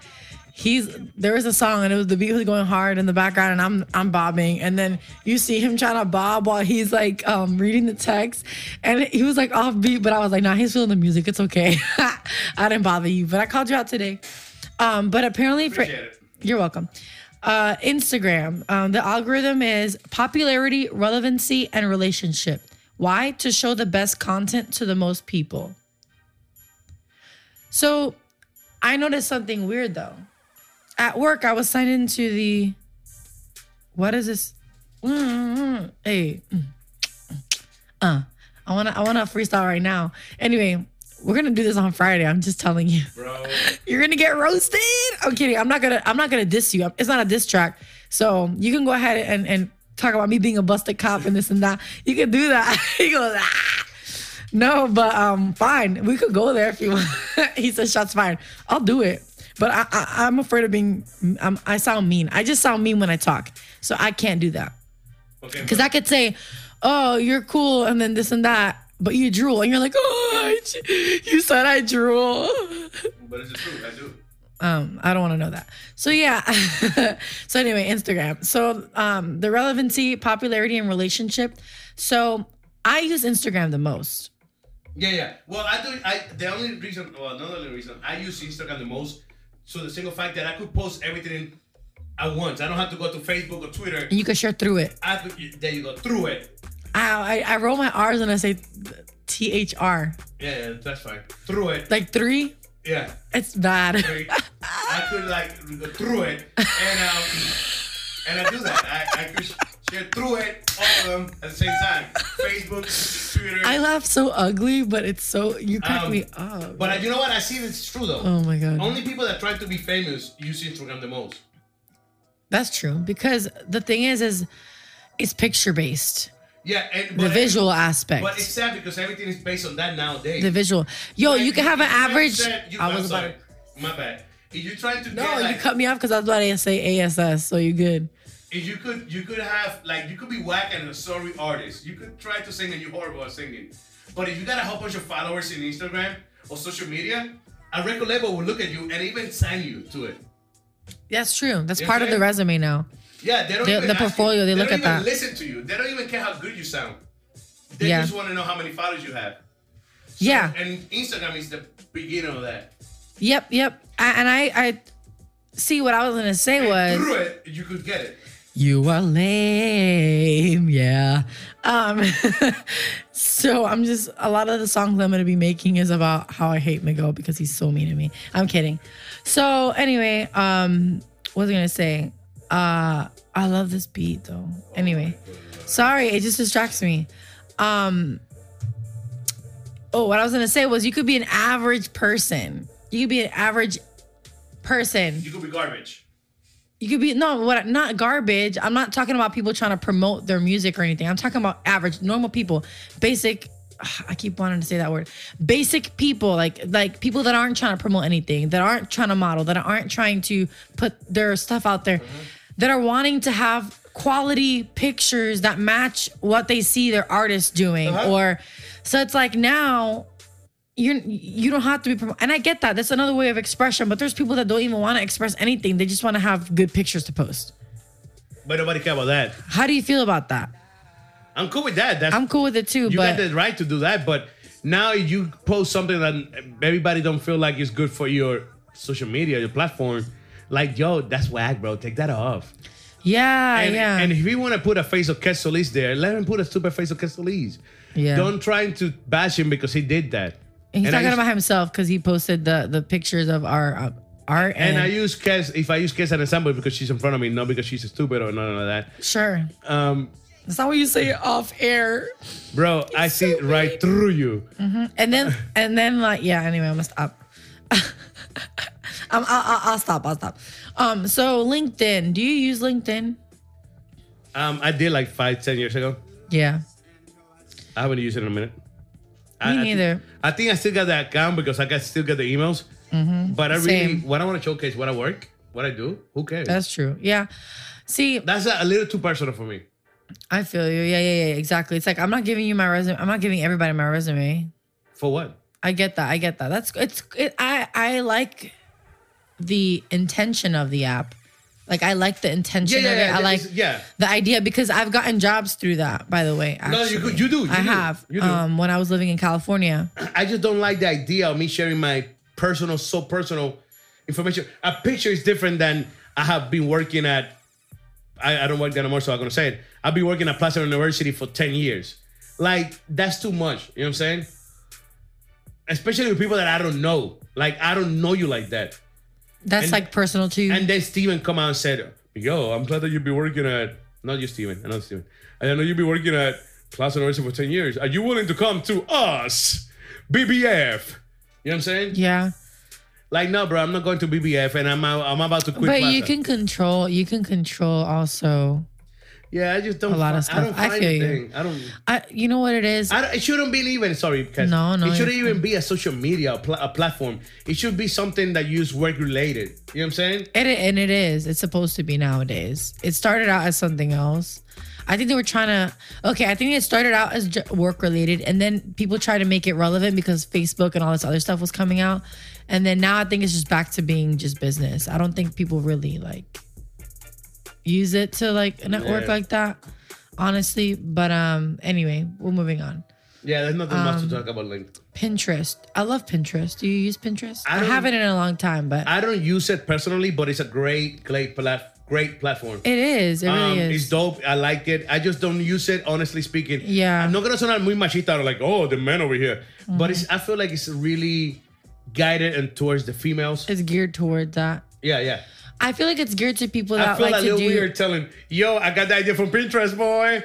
he's there was a song, and it was the beat was going hard in the background, and I'm I'm bobbing. And then you see him trying to bob while he's like um, reading the text, and he was like off beat. But I was like, nah, he's feeling the music. It's okay. *laughs* I didn't bother you, but I called you out today. Um, but apparently for
Appreciate it.
you're welcome. Uh, Instagram. Um, the algorithm is popularity, relevancy, and relationship. Why? To show the best content to the most people. So I noticed something weird though. At work, I was signed into the what is this? Mm, mm, Hey, mm, uh, I wanna I wanna freestyle right now. Anyway, we're gonna do this on Friday. I'm just telling you.
Bro,
You're gonna get roasted. I'm kidding. I'm not gonna. I'm not gonna diss you. It's not a diss track. So you can go ahead and and talk about me being a busted cop and this and that. You can do that. *laughs* he goes. Ah. No, but um, fine. We could go there if you want. *laughs* he says shots fired. I'll do it. But I, I I'm afraid of being. I'm, I sound mean. I just sound mean when I talk. So I can't do that.
okay.
Because I could say, oh, you're cool, and then this and that, but you drool, and you're like, oh, I j- you said I drool.
But it's the truth. I do.
Um, I don't want to know that. So yeah. *laughs* so anyway, Instagram. So um, the relevancy, popularity, and relationship. So I use Instagram the most.
Yeah, yeah. Well, I do. I the only reason, well, not the only reason, I use Instagram the most. So the single fact that I could post everything at once, I don't have to go to Facebook or Twitter.
And you can share through it.
I could, there you go through it.
I I, I roll my R's and I say T H R.
Yeah, yeah, that's fine. Through it.
Like three.
Yeah.
It's bad. *laughs*
Like, I could like go through it, and um, and I do that. I, I could share through it all of them at the same time. Facebook, Twitter.
I laugh so ugly, but it's so you crack
Um,
me up.
but I, you know what? I see this is true though.
Oh my god.
Only people that try to be famous use Instagram the most.
That's true. Because the thing is, is it's picture based.
Yeah, and
The
but-
visual aspect.
But it's sad because everything is based on that nowadays.
the visual. Yo, you can have an
If you
average.
said- You,
I
I
was about.
sorry, my bad. If you try to
No,
get
you
like,
cut me off because I was about to say ASS. So you good?
if you could, you could have like you could be whack and a sorry artist. You could try to sing and you're horrible at singing. But if you got a whole bunch of followers in Instagram or social media, a record label will look at you and even sign you to it.
That's true. That's
You
part of the
okay?
resume now.
Yeah, they don't.
The-
even
the
ask you.
portfolio, they look
don't even
at that.
Listen to you. They don't even care how good you sound. They
Yeah.
just want to know how many followers you have.
Yeah.
And Instagram is the beginning of that.
Yep. Yep. I, and I, I see what I was gonna *clears throat* say was
Through it, you could get it.
you are lame. Yeah. Um. *laughs* so I'm just a lot of the songs I'm gonna be making is about how I hate Miguel because he's so mean to me. I'm kidding. So anyway, um, what was I gonna say? Uh, I love this beat though. Anyway, sorry, it just distracts me. Um, Oh, what I was gonna say was you could be an average person. You could be an average person.
You could be garbage.
You could be no, what not garbage. I'm not talking about people trying to promote their music or anything. I'm talking about average, normal people, basic. *sighs* ugh, I keep wanting to say that word. Basic people, like like people that aren't trying to promote anything, that aren't trying to model, that aren't trying to put their stuff out there, that are wanting to have quality pictures that match what they see their artists doing. Or so it's like now you're you don't have to be prom- and i get that that's another way of expression but there's people that don't even want to express anything they just want to have good pictures to post
But nobody care about that.
how do you feel about that
I'm cool with that. That's
i'm cool with it too
you got
but
the right to do that. But now you post something that everybody don't feel like is good for your social media, your platform. Like, yo, that's whack, bro. Take that off.
yeah
And,
yeah
and if you want to put a face of Kesolis there, let him put a stupid face of Kesolis.
Yeah.
Don't try to bash him because he did that.
And he's
and I
talking
used-
about himself because he posted the the pictures of our uh, art and,
And I use Kes, if I use Kes as an example, because she's in front of me, not because she's stupid or none of that.
sure.
Um,
That's not what you say off air.
bro, I see
so
right
mean.
through you.
And then and then like yeah. Anyway, I'm gonna stop. *laughs* I'm, I'll, I'll, I'll stop. I'll stop. Um. So LinkedIn. Do you use LinkedIn?
Um, I did like five, ten years ago.
Yeah.
I haven't used it in a minute.
Me
I, I
neither.
think, I think I still got that account because I got still got the emails. But I really,
Mm-hmm. Same.
what I want to showcase, what I work, what I do. Who cares? That's,
That's true. Yeah. See,
a, a little too personal for me.
I feel you. Yeah, yeah, yeah. Exactly. It's like I'm not giving you my resume. I'm not giving everybody my resume.
For what?
I get that. I get that. That's it's. It, I I like the intention of the app. Like I like the intention of it. I like
it's- yeah.
the idea because I've gotten jobs through that. By the way,
No, you
actually.
could- you do, you
I
do,
have.
you do.
Um, when I was living in California.
*clears throat* I just don't like the idea of me sharing my personal, so personal information. A picture is different than I have been working at. I, I don't work there anymore, so I'm gonna say it. I've been working at Plaza University for 10 years. Like, that's too much. You know what I'm saying? Especially with people that I don't know. Like, I don't know you like that.
That's
And-
like personal to you.
And then Steven come out and said, Yo, I'm glad that you've been working at not just Steven, another Steven. I know you've been working at Plaza University for 10 years. Are you willing to come to us? BBF. You know what I'm saying?
yeah.
Like, no, bro, I'm not going to BBF and I'm out, I'm about to quit.
But
Plaza.
you can control. You can control also.
Yeah, I just don't
A lot of
fi- I don't
stuff. I
find
feel you.
anything. I don't
I. You know what it is.
I don't, it shouldn't be even sorry because
No, no,
it shouldn't
you're
even be a social media a, pla- a platform. It should be something that you use work related. You know what I'm saying?
It, and it is. It's supposed to be nowadays. It started out as something else. I think they were trying to. Okay, I think it started out as work related, and then people tried to make it relevant because Facebook and all this other stuff was coming out, and then now I think it's just back to being just business. I don't think people really like use it to like network
Yeah.
like that, honestly. But um, anyway, we're moving on.
Yeah, there's nothing
Um,
much to talk about. Like,
Pinterest. I love Pinterest. Do you use Pinterest?
I
I,
don't-
haven't in a long time, but
I don't use it personally, but it's a great, great, plat- great platform.
it is. It really
Um,
is.
It's dope. I like it. I just don't use it, honestly speaking.
Yeah.
I'm not gonna sound muy machista or like, oh, the men over here. But it's I feel like it's really guided and towards the females.
it's geared toward that.
Yeah, yeah.
I feel like it's geared to people
I
that
feel
like
a
to
little
do.
weird telling, yo, I got the idea from Pinterest, boy.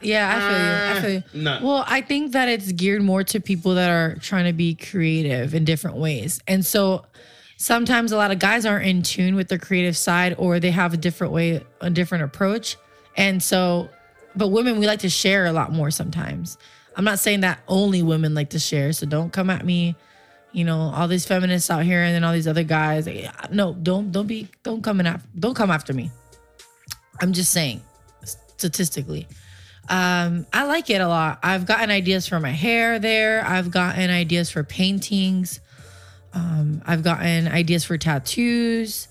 Yeah, I feel you. I feel you.
Uh, no.
Well, I think that it's geared more to people that are trying to be creative in different ways, and so sometimes a lot of guys aren't in tune with their creative side, or they have a different way, a different approach, and so. But women, we like to share a lot more sometimes. I'm not saying that only women like to share, so don't come at me. You know, all these feminists out here, and then all these other guys. No, don't don't be don't come at don't come after me. I'm just saying, statistically. Um, I like it a lot. I've gotten ideas for my hair there. I've gotten ideas for paintings. Um, I've gotten ideas for tattoos,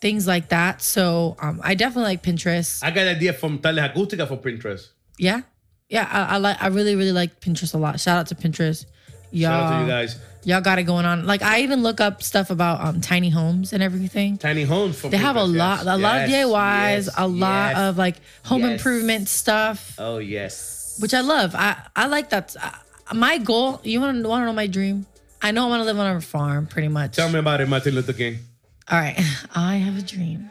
things like that. So um, I definitely like Pinterest.
I got the idea from Tales Acústica for Pinterest.
yeah, yeah. I, I like. I really, really like Pinterest a lot. Shout out to Pinterest. Y'all,
Shout out to you guys.
y'all got it going on. Like I even look up stuff about um, tiny homes and everything.
Tiny homes for
They have a lot, a lot of DIYs, a lot of like home
yes.
improvement stuff.
Oh yes.
which I love. I I like that. Uh, my goal. You want to want to know my dream? I know I want to live on a farm, pretty much.
Tell me about it, Martin Luther King.
All right, *laughs* I have a dream.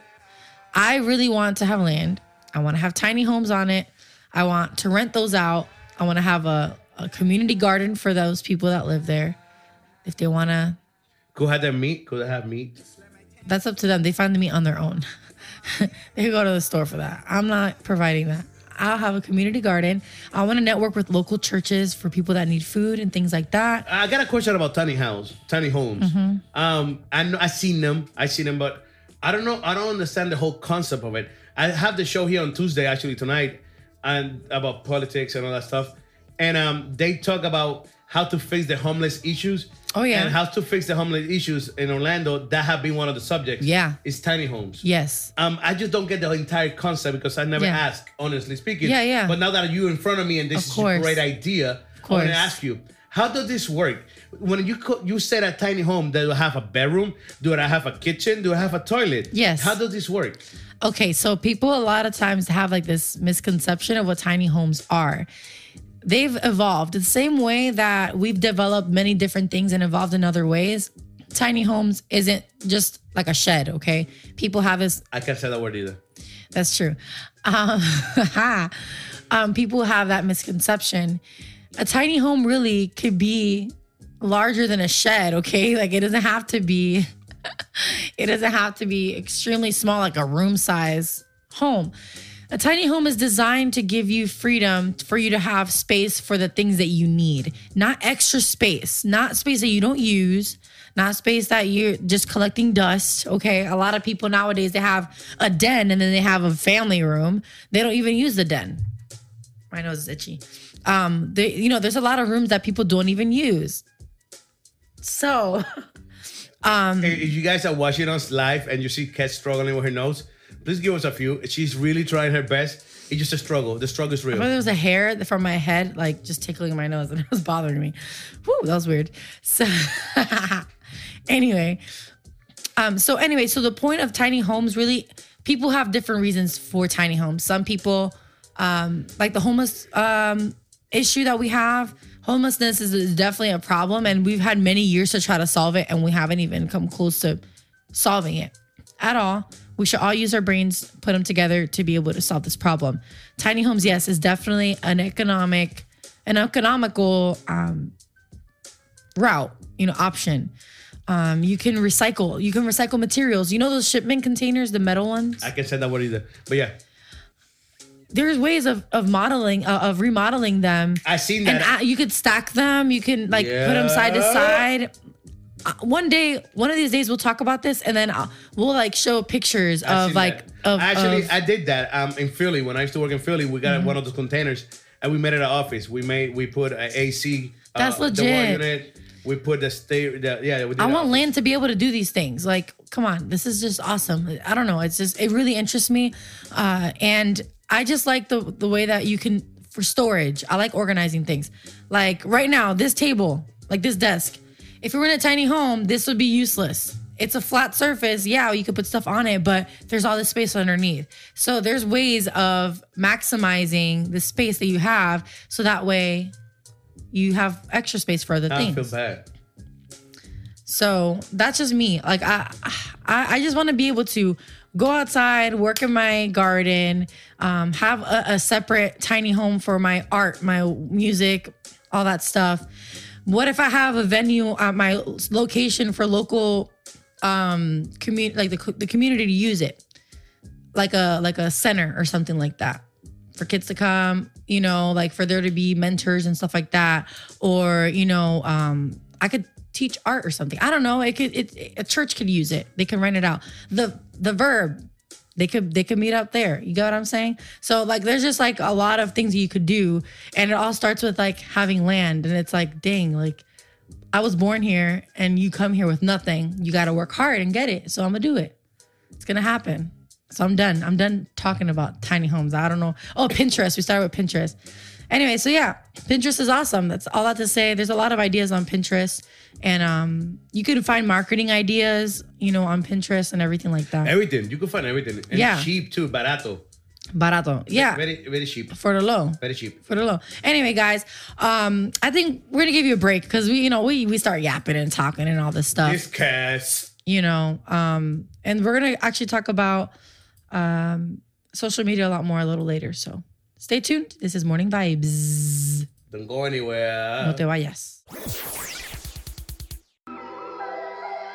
I really want to have land. I want to have tiny homes on it. I want to rent those out. I want to have a, a community garden for those people that live there. If they want to,
Could have that meat. Could have meat.
that's up to them. They find the meat on their own. *laughs* they go to the store for that. I'm not providing that. I'll have a community garden. I want to network with local churches for people that need food and things like that.
I got a question about tiny house, tiny homes.
Mm-hmm.
Um, I know I seen them, I seen them, but I don't know, I don't understand the whole concept of it. I have the show here on Tuesday, actually tonight, and about politics and all that stuff, and um, they talk about how to fix the homeless issues.
Oh, yeah.
and how to fix the homeless issues in Orlando. That have been one of the subjects.
Yeah.
is tiny homes.
Yes.
Um, I just don't get the entire concept because I never
Yeah.
asked, honestly speaking.
Yeah, yeah.
But now that you're in front of me and
Of
this is a
course.
great idea, I want
course.
to ask you, how does this work? When you co- you said a tiny home, that will have a bedroom? Do I have a kitchen? Do I have a toilet?
Yes.
How does this work?
Okay, so people a lot of times have like this misconception of what tiny homes are. They've evolved the same way that we've developed many different things and evolved in other ways. tiny homes isn't just like a shed, okay? People have this
I can't say that word either.
that's true. Um, *laughs* um, people have that misconception. A tiny home really could be larger than a shed, okay? Like it doesn't have to be it doesn't have to be extremely small like a room size home. A tiny home is designed to give you freedom for you to have space for the things that you need, not extra space, not space that you don't use, not space that you're just collecting dust. Okay. A lot of people nowadays, they have a den and then they have a family room. They don't even use the den. My nose is itchy. Um, they, you know, there's a lot of rooms that people don't even use. So, *laughs*
If if you guys are watching us live and you see Kat struggling with her nose, please give us a few. She's really trying her best. It's just a struggle. The struggle is real.
But there was a hair from my head, like just tickling my nose, and *laughs* it was bothering me. Whew, that was weird. So, *laughs* anyway, um, so anyway, so the point of tiny homes really, people have different reasons for tiny homes. Some people, um, like the homeless um, issue that we have, homelessness is, is definitely a problem, and we've had many years to try to solve it, and we haven't even come close to solving it at all. We should all use our brains, put them together to be able to solve this problem. Tiny homes, yes, is definitely an economic, an economical um, route, you know, option. Um, you can recycle. You can recycle materials. You know those shipment containers, the metal ones.
I can't say that word either. But yeah,
There's ways of of modeling, uh, of remodeling them,
I seen
and
that.
uh, you could stack them. You can like put them side to
Yeah.
side. Uh, One day, one of these days, we'll talk about this, and then I'll, we'll like show pictures
I
of
seen
like
that.
of
actually
of- Mm-hmm.
I did that um in Philly when I used to work in Philly. We got one of those containers and we made it an office. We made we put an AC. uh,
That's
the wall
legit.
unit. We put the stair. The, yeah, we did
I
an
want
office.
Lynn to be able to do these things. Like, come on, this is just awesome. I don't know. It's just it really interests me, uh, and I just like the the way that you can for storage. I like organizing things. Like right now, this table, like this desk. If you were in a tiny home, this would be useless. It's a flat surface. Yeah, you could put stuff on it, but there's all this space underneath. So there's ways of maximizing the space that you have, so that way you have extra space for other
Ah, I
things.
feel bad.
So that's just me. Like I, I, I just want to be able to go outside, work in my garden, um, have a, a separate tiny home for my art, my music, all that stuff. What if I have a venue at my location for local um community, like the co- the community to use it, like a like a center or something like that for kids to come, you know, like for there to be mentors and stuff like that. Or, you know, um, I could teach art or something. I don't know. It could it a church could use it. They can rent it out. The the verb, they could they could meet up there. You get what I'm saying? So like there's just like a lot of things that you could do. And it all starts with like having land. And it's like, dang, like I was born here and you come here with nothing. You gotta work hard and get it. So I'm gonna do it. It's gonna happen. So I'm done. I'm done talking about tiny homes. I don't know. Oh, Pinterest. We started with Pinterest. Anyway, so yeah, Pinterest is awesome. That's all I have to say. There's a lot of ideas on Pinterest, and um, you can find marketing ideas, you know, on Pinterest and everything like that.
Everything you can find everything. And
Yeah.
cheap too, barato.
Barato, yeah,
Very very cheap.
for the low.
Very cheap.
for the low. Anyway, guys, um, I think we're gonna give you a break because we, you know, we we start yapping and talking and all this stuff.
This cast.
you know um and we're gonna actually talk about um social media a lot more a little later so stay tuned this is morning vibes
Don't go anywhere.
no te vayas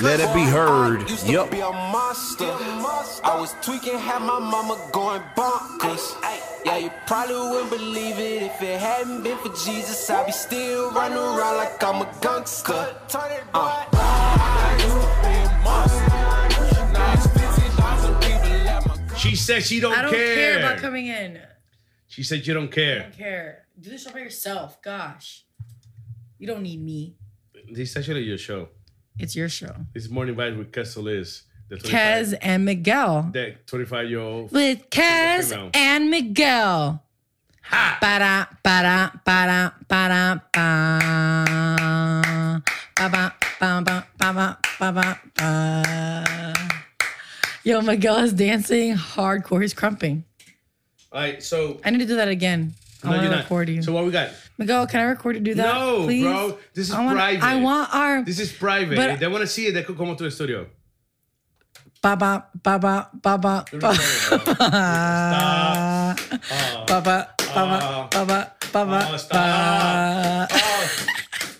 Let it be heard.
I used to
Yup.
be a monster. I was tweaking, had my mama going bonkers. Yeah, you probably wouldn't believe it if it hadn't been for Jesus. I'd be still running around like I'm a gangster. Uh.
She said she don't,
I don't care about coming in.
she said you don't care.
don't care. Do the show by yourself. Gosh. You don't need me.
This is actually your show.
It's your show.
This morning vibes with Kessel is the 25,
Kez and Miguel.
that 25 year old.
With Kez
round.
and Miguel. Para, para, para, para, pa. Pa, pa, pa, pa, pa, pa, pa, pa, pa. Yo, Miguel is dancing hardcore. He's crumping.
All right, so
I need to do that again. I want
you're
to
not.
record you.
So what we got?
Miguel, can I record you do that?
No,
please?
bro. This is
I want,
private.
I want our
This is private.
But-
If they want to see it, they could come to the studio.
*laughs* ba ba ba ba ba ba ba
Stop.
ba ba ba ba ba ba
Oh,
ba
stop.
ba.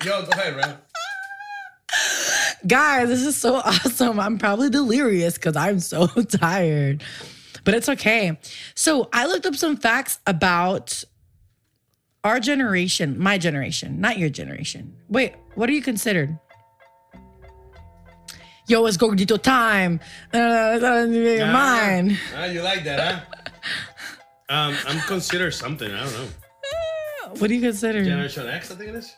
Yo, go ahead, man.
Guys, this is so *laughs* awesome. I'm probably delirious because I'm so *laughs* tired, but it's okay. So I looked up some facts about our generation, my generation, not your generation. Wait, what are you considered? Yo, it's gordito time. Uh, mine.
Ah, you like that, huh? um, I'm considered something. I don't know.
What do you consider?
Generation X, I think it is.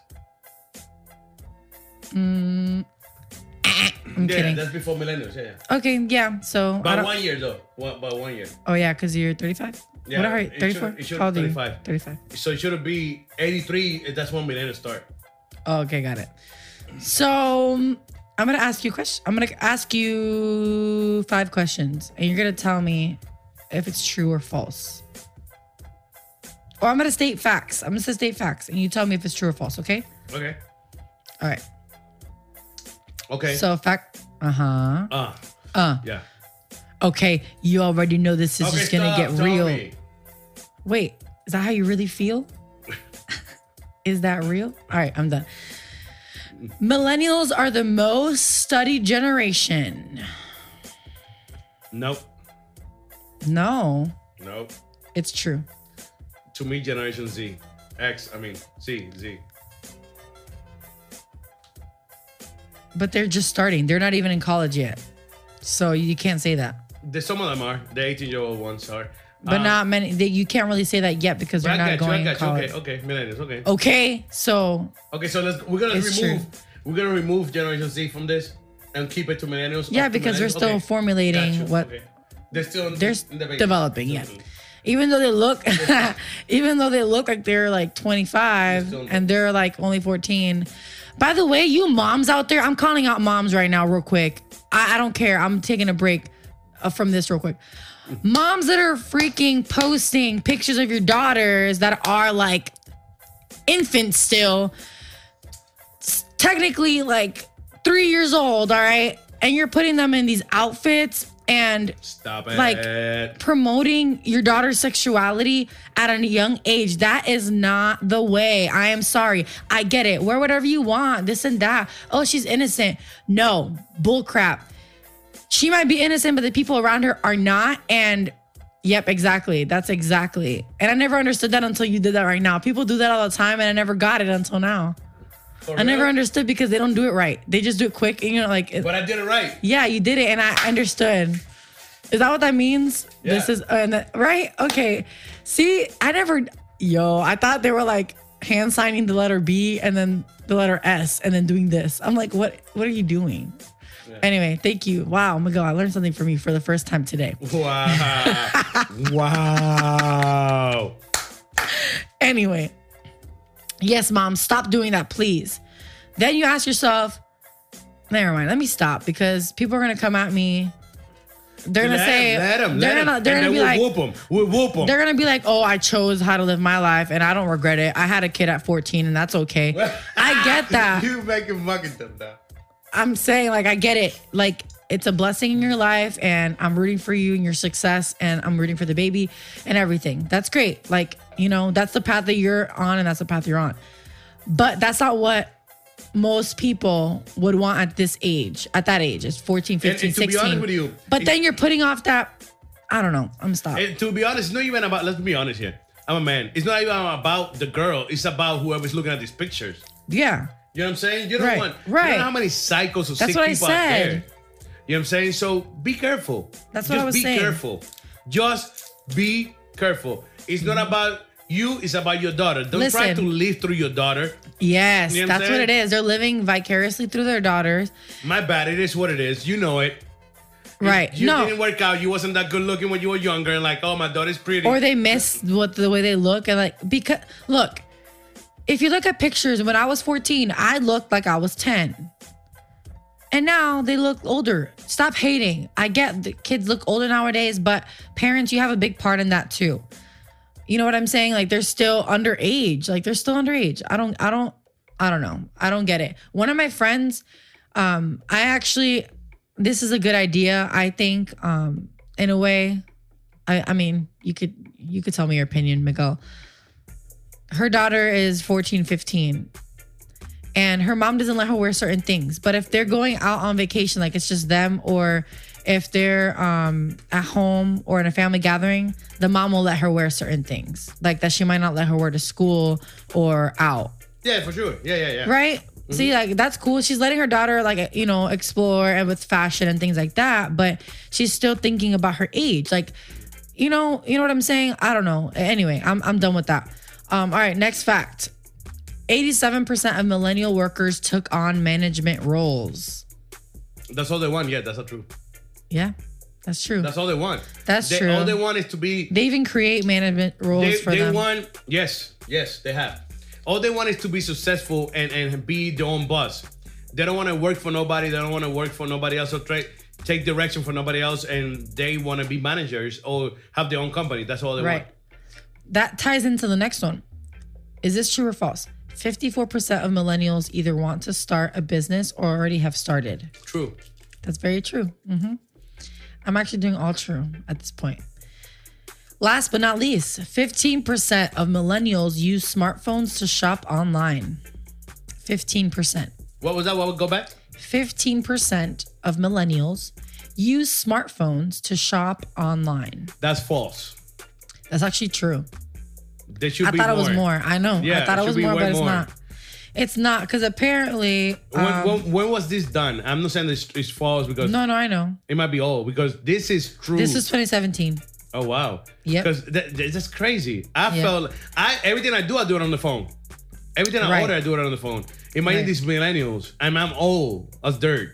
I'm
yeah,
kidding.
that's before millennials. Yeah, yeah.
Okay, yeah. So, I
By
don't-
one year though. One, by one year.
oh yeah, because you're 35.
Yeah,
what are you?
it should-
34.
it should
How old are you?
35.
35.
So it should be 83. if eh, That's when millennials start.
Oh, okay, got it. So um, I'm gonna ask you question. I'm gonna ask you five questions, and you're gonna tell me if it's true or false. Or I'm gonna state facts. I'm gonna state facts, and you tell me if it's true or false. Okay.
Okay.
All right.
Okay.
So fact. Uh huh.
Ah.
Uh.
Yeah.
Okay. You already know this is
okay,
just gonna
stop,
get
tell
real.
me.
Wait, is that how you
*laughs*
really feel? is that real? All right, I'm done. Millennials are the most studied generation.
Nope.
No,
Nope.
it's true.
To me, Generation Z, X. I mean, Z, Z.
But they're just starting. They're not even in college yet. So you can't say that.
There's some of them are. The 18 year old ones are.
But
Um,
not many. They, you can't really say that yet because
I
they're
got
not
you. I
going to
got you.
college.
Okay.
Okay,
Okay. Millennials. Okay.
so
Okay. So let's. We're gonna
It's
remove. We're gonna remove Generation Z from this and keep it to millennials.
yeah,
up to
because they're
millennials.
still
Okay.
formulating
Got you.
what
Okay. They're still in-
they're
in the baby. Mm-hmm.
developing. Yeah. Even though they look, *laughs* even though they look like they're like 25
still-
and they're like only 14. By the way, you moms out there, I'm calling out moms right now, real quick. I, I don't care. I'm taking a break uh, from this real quick. Moms that are freaking posting pictures of your daughters that are like infants still, s- technically like three years old, all right? And you're putting them in these outfits and
Stop it.
Like- promoting your daughter's sexuality at a young age that is not the way i am sorry i get it wear whatever you want this and that oh she's innocent no bull crap she might be innocent but the people around her are not and yep exactly that's exactly and i never understood that until you did that right now people do that all the time and i never got it until now
For
i never
real?
understood because they don't do it right they just do it quick and you're like it-
But I did it
*laughs*
right.
yeah, you did it, and I understood. Is that what that means? This
Yeah.
is and that- right. Okay. See, I never. Yo, I thought they were like hand signing the letter B and then the letter S and then doing this. I'm like, what? What are you doing? Anyway, thank you. Wow, Miguel, I learned something from you for the first time today.
Wow. wow.
Anyway, yes, mom, stop doing that, please. Then you ask yourself, never mind, let me stop because people are gonna come at me. They're gonna
Let
say,
'em, let him,
they're
let him.
gonna, they're
And
gonna
then
be
we'll
like,
whoop him. We'll whoop him.
they're gonna be like, oh, I chose how to live my life and I don't regret it. I had a kid at 14 and that's okay. I get
*laughs*
that.
You making fucking them now.
I'm saying, like, I get it. Like, it's a blessing in your life and I'm rooting for you and your success and I'm rooting for the baby and everything. That's great. Like, you know, that's the path that you're on and that's the path you're on. But that's not what most people would want at this age, at that age, it's 14, 15,
and to
16.
be honest with you,
but
it-
then you're putting off that, I don't know, I'm stopped.
And to be honest, it's not even about. Let's be honest here. I'm a man. It's not even about the girl. It's about whoever's looking at these pictures.
yeah.
You know what I'm saying? You don't
Right,
want. You
right.
don't know how many psychos or sick
That's
people
what I
out there.
said.
You know what I'm saying? So be careful.
That's
Just
what I was
be
saying.
careful. Just be careful. It's not about you. It's about your daughter. Don't try
Listen.
to live through your daughter.
Yes,
You know what I'm
that's
saying?
what it is. They're living vicariously through their daughters.
My bad. It is what it is. You know it.
Right.
You
no.
didn't work out. You wasn't that good looking when you were younger, and like, oh, my daughter's pretty.
or they miss what the way they look and like because look if you look at pictures when i was 14 i looked like i was 10 and now they look older stop hating i get the kids look older nowadays but parents you have a big part in that too you know what i'm saying like they're still underage like they're still underage i don't i don't i don't know i don't get it one of my friends um i actually this is a good idea i think um in a way I, I mean, you could you could tell me your opinion, Miguel. Her daughter is 14, 15. And her mom doesn't let her wear certain things. But if they're going out on vacation, like it's just them, or if they're um, at home or in a family gathering, the mom will let her wear certain things, like that she might not let her wear to school or out
yeah, for sure. Yeah, yeah, yeah.
right?
Mm-hmm.
See, like that's cool. She's letting her daughter, like you know, explore and with fashion and things like that. But she's still thinking about her age. Like, you know, you know what I'm saying? I don't know. Anyway, I'm I'm done with that. Um, all right, next fact: eighty-seven percent of millennial workers took on management roles.
That's all they want. Yeah, that's not true.
Yeah, that's true.
That's all they want.
That's
They-
true.
All they want is to be
they even create management roles
they,
for
they
them.
want yes yes they have all they want is to be successful and and be their own boss they don't want to work for nobody they don't want to work for nobody else or try, take direction for nobody else and they want to be managers or have their own company that's all they
Right. That ties into the next one. Is this true or false? 54% of millennials either want to start a business or already have started.
want true
That's very true. hmm I'm actually doing all true at this point. Last but not least, 15% of millennials use smartphones to shop online. 15%.
what was that what would go back
15% of millennials use smartphones to shop online.
that's false
That's actually true.
there should
I
be
thought
more.
it was more. I know.
Yeah,
I thought
it
it was
should be
more,
way
but it's
more.
not. It's not because apparently.
when,
um,
when, when was this done i'm not saying this is false because
no, no, I know.
it might be old because this is true
This is 2017.
oh wow
Yep.
because that's crazy i
Yeah.
felt i everything i do i do it on the phone Everything I
Right.
order, I do it on the phone. Imagine
Right.
these millennials, and I'm old as dirt.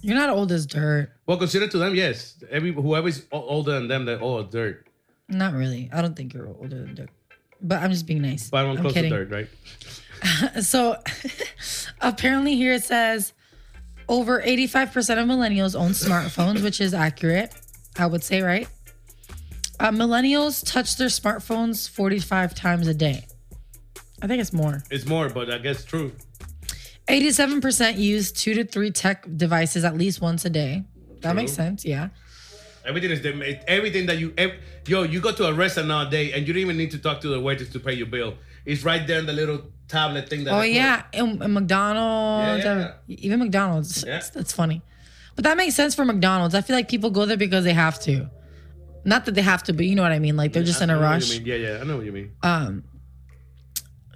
You're not old as dirt.
Well, considered to them, yes. Every whoever is o- older than them, they're old as dirt.
Not really. I don't think you're older than dirt. But I'm just being nice.
But I'm close
kidding.
to dirt, right?
So *laughs* apparently here it says over 85% of millennials own smartphones, which is accurate, I would say, right? Uh, millennials touch their smartphones 45 times a day. I think it's more.
It's more, but I guess true.
87% use two to three tech devices at least once a day. That makes sense. Yeah.
Everything is them. it- Everything that you, ev- yo, you go to a restaurant nowadays, and you don't even need to talk to the waitress to pay your bill. It's right there in the little tablet thing. That
Oh
I put.
yeah, and, and McDonald's,
Yeah, yeah,
uh, even McDonald's.
Yeah.
That's, that's funny, but that makes sense for McDonald's. I feel like people go there because they have to, not that they have to, but you know what I mean. Like they're just
I
in a
know what you
rush.
mean. Yeah, yeah, I know what you mean.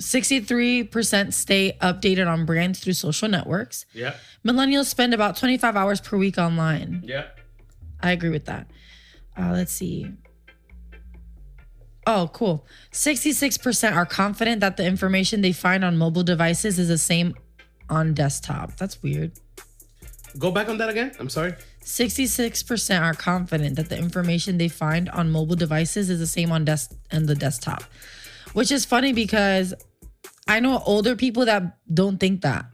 Sixty-three percent stay updated on brands through social networks.
yeah,
Millennials spend about twenty-five hours per week online.
yeah.
I agree with that. Uh, let's see. Oh, cool. 66% are confident that the information they find on mobile devices is the same on desktop. That's weird.
Go back on that again. I'm sorry.
66% are confident that the information they find on mobile devices is the same on desk and the desktop. Which is funny because I know older people that don't think that.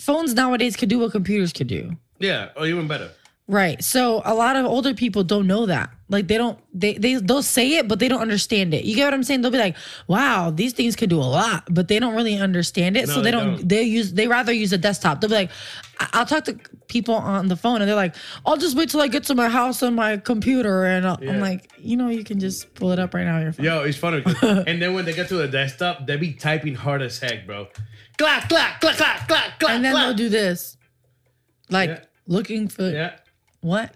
Phones nowadays could do what computers could do.
Yeah, or oh, even better.
Right. So a lot of older people don't know that. Like they don't they they they'll say it, but they don't understand it. You get what I'm saying? They'll be like, "Wow, these things can do a lot," but they don't really understand it.
No,
so
they
they, don't,
don't.
They use they rather use a desktop. They'll be like, I- "I'll talk to people on the phone," and they're like, "I'll just wait till I get to my house on my computer." And I'll- I'm
Yeah.
like, you know, you can just pull it up right now on your phone.
Yo, it's funny.
*laughs*
'cause- and then when they get to the desktop, they be typing hard as heck, bro. Clack, clack, clack, clack, clack, clack.
and then
clack.
they'll do this, like
Yeah.
looking for
Yeah.
what.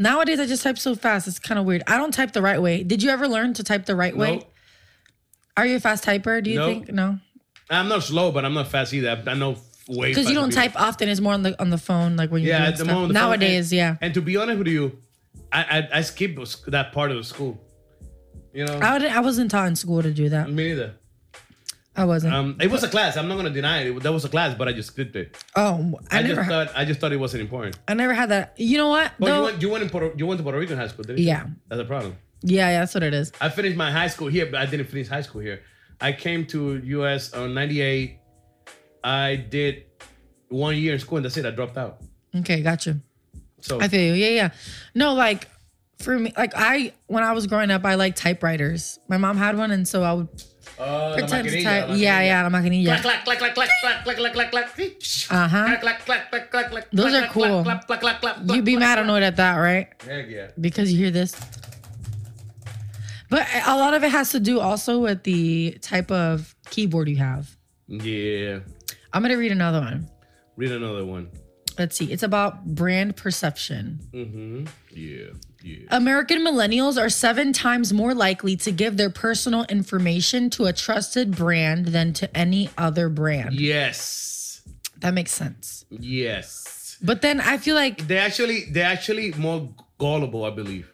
Nowadays, I just type so fast. It's kind of weird. I don't type the right way. Did you ever learn to type the right way?
Nope.
Are you a fast typer? Do you
No.
think no?
I'm not slow, but I'm not fast either. I I know way
Because
faster
you don't
people.
type often. It's more on the on the phone, like when you
Yeah,
yeah,
at the moment. the phone-
nowadays.
and-
yeah,
And to be honest with you, I I, I skipped s- that part of the school. You know,
I, didn't- I wasn't taught in school to do that.
me neither.
I wasn't.
Um, it was a class. I'm not gonna deny it. That was a class, but I just skipped it.
oh, I,
I,
never,
just
had,
thought I just thought it wasn't important.
I never had that. You know what?
But
though?
you went you went in Puerto, you went to Puerto Rican high school, didn't you?
Yeah.
that's a problem.
yeah, yeah, that's what it is.
I finished my high school here, but I didn't finish high school here. I came to US on '98. I did one year in school, and that's it. I dropped out.
Okay, gotcha.
So
I feel you. Yeah, yeah. No, like for me, like I when I was growing up, I liked typewriters. My mom had one, and so I would
uh, la
pretend to
maquinilla,
type.
la
Yeah,
maquinilla.
yeah, la maquinilla.
Clack, clack, clack, clack, clack, clack, clack, clack, clack.
Uh huh.
Clack, clack, clack, clack, clack,
Those
clack, clack,
are cool.
clack, clack, clack, clack, clack,
You'd be
clack,
mad annoyed at that, right?
Heck yeah.
because you hear this. But a lot of it has to do also with the type of keyboard you have.
Yeah.
I'm gonna read another one.
Read another one.
Let's see. It's about brand perception.
Mm-hmm. Yeah. Yeah.
American millennials are seven times more likely to give their personal information to a trusted brand than to any other brand.
Yes.
That makes sense.
Yes.
But then I feel like,
They actually they're actually more gullible, I believe.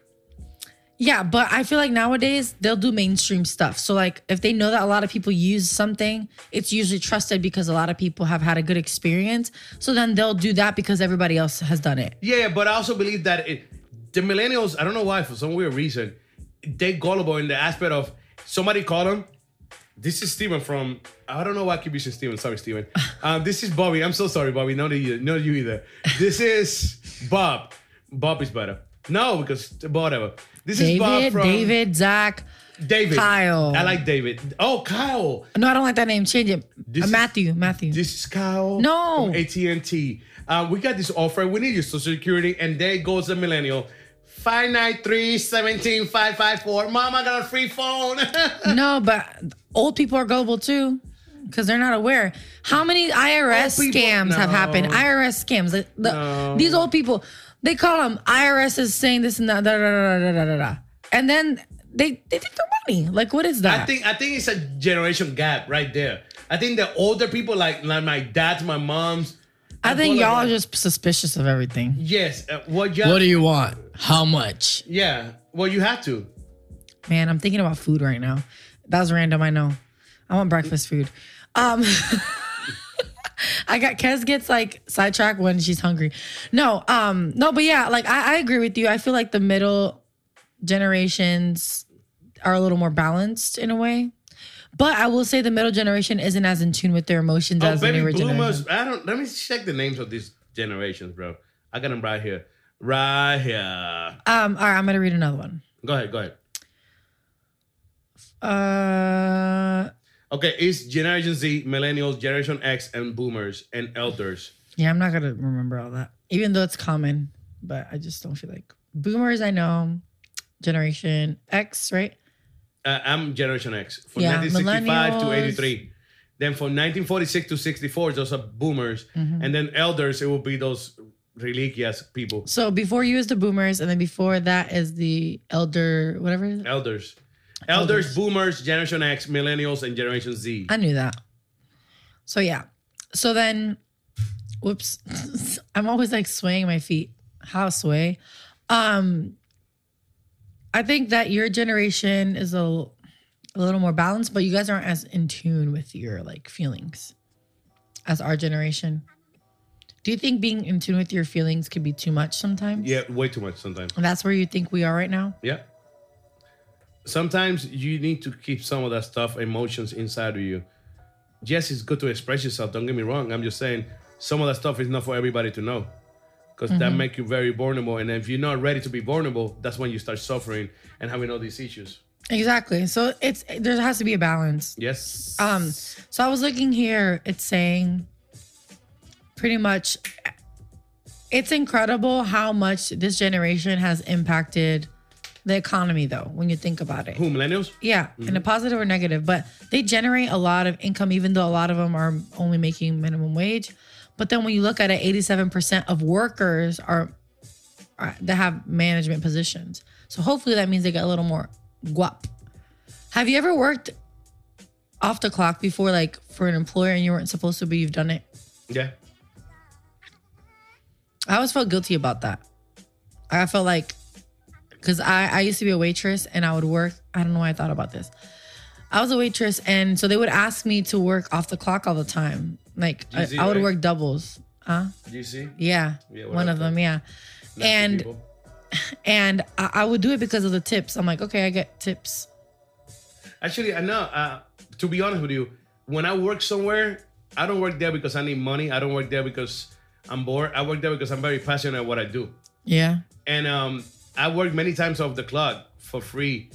yeah, but I feel like nowadays they'll do mainstream stuff. So, like, if they know that a lot of people use something, it's usually trusted because a lot of people have had a good experience. So then they'll do that because everybody else has done it.
Yeah, but I also believe that it, the millennials, I don't know why, for some weird reason, they gullible in the aspect of somebody call them. This is Steven from I don't know why I keep using Steven. Sorry,
*laughs*
Steven. Um, this is Bobby. I'm so sorry, Bobby. Not you, not you either. This is Bob. Bob is better. No, because whatever. This is Bob
David,
from
David, Zach.
David.
Kyle.
I like David. Oh, Kyle.
No, I don't like that name. Change it.
This
Uh,
is-
Matthew, Matthew.
This is Kyle.
No.
From AT&T. Uh, we got this offer. We need your social security. And there goes the millennial. 593-17554. Mom, I got a free phone. *laughs*
no, but old people are gullible too because they're not aware. How many IRS
Old people-
scams have happened?
No.
IRS scams. Like, the-
No.
These old people, they call them IRS is saying this and that, da, da, da, da, da, da, da. and then they they take their money. Like, what is that?
I think I think it's a generation gap right there. I think the older people like like my dad's, my mom's.
I think
Ebola-
y'all are just suspicious of everything.
Yes. Uh, what you
do you want? How much?
Yeah. Well, you have to. Oh,
Man, I'm thinking about food right now. That was random. I know. I want breakfast food. Um, *laughs* I got Kes gets like sidetracked when she's hungry. No, um, no, but yeah, like I, I agree with you. I feel like the middle generations are a little more balanced in a way. But I will say the middle generation isn't as in tune with their emotions
Oh,
as the
baby
newer
bloomers.
generation.
I don't. Let me check the names of these generations, bro. I got them right here. Right here.
Um, all right, I'm gonna read another one.
Go ahead. Go ahead.
Uh
Okay, it's Generation Z, Millennials, Generation X, and Boomers and Elders.
Yeah, I'm not gonna remember all that, even though it's common. But I just don't feel like boomers. I know Generation X, right?
Uh, I'm Generation X from
Yeah,
1965 to
millennials.
83. Then from 1946 to 64, those are Boomers,
Mm-hmm.
and then Elders. It will be those religious people,
So before you is the boomers, and then before that is the elder, whatever.
Elders. Elders, Boomers, Generation X, Millennials, and Generation Z.
I knew that. So yeah. So then, whoops. *laughs* I'm always like swaying my feet. How sway? Um, I think that your generation is a, l- a little more balanced, but you guys aren't as in tune with your like feelings as our generation. Do you think being in tune with your feelings could be too much sometimes?
Yeah, way too much sometimes.
And that's where you think we are right now.
Yeah. Sometimes you need to keep some of that stuff, emotions inside of you. Yes, it's good to express yourself. Don't get me wrong. I'm just saying some of that stuff is not for everybody to know. because that makes you very vulnerable. And if you're not ready to be vulnerable, that's when you start suffering and having all these issues.
Exactly. So it's there has to be a balance.
Yes.
Um, so I was looking here, it's saying pretty much it's incredible how much this generation has impacted the economy though, when you think about it.
Who millennials?
Yeah, in a positive or negative, but they generate a lot of income, even though a lot of them are only making minimum wage. But then when you look at it, 87% of workers are, are that have management positions. So hopefully that means they get a little more guap. Have you ever worked off the clock before, like for an employer and you weren't supposed to, but you've done it?
Yeah.
I always felt guilty about that. I felt like, because I, I used to be a waitress and I would work. I don't know why I thought about this. I was a waitress, and so they would ask me to work off the clock all the time. Like, I,
Easy,
I would
right?
work doubles. Huh?
Do you see?
Yeah.
Yeah, what
one
up,
of them, yeah.
Nasty
and
people.
and I, I would do it because of the tips. I'm like, okay, I get tips.
Actually, I know. Uh, to be honest with you, when I work somewhere, I don't work there because I need money. I don't work there because I'm bored. I work there because I'm very passionate at what I do.
Yeah.
And um, I work many times off the clock for free.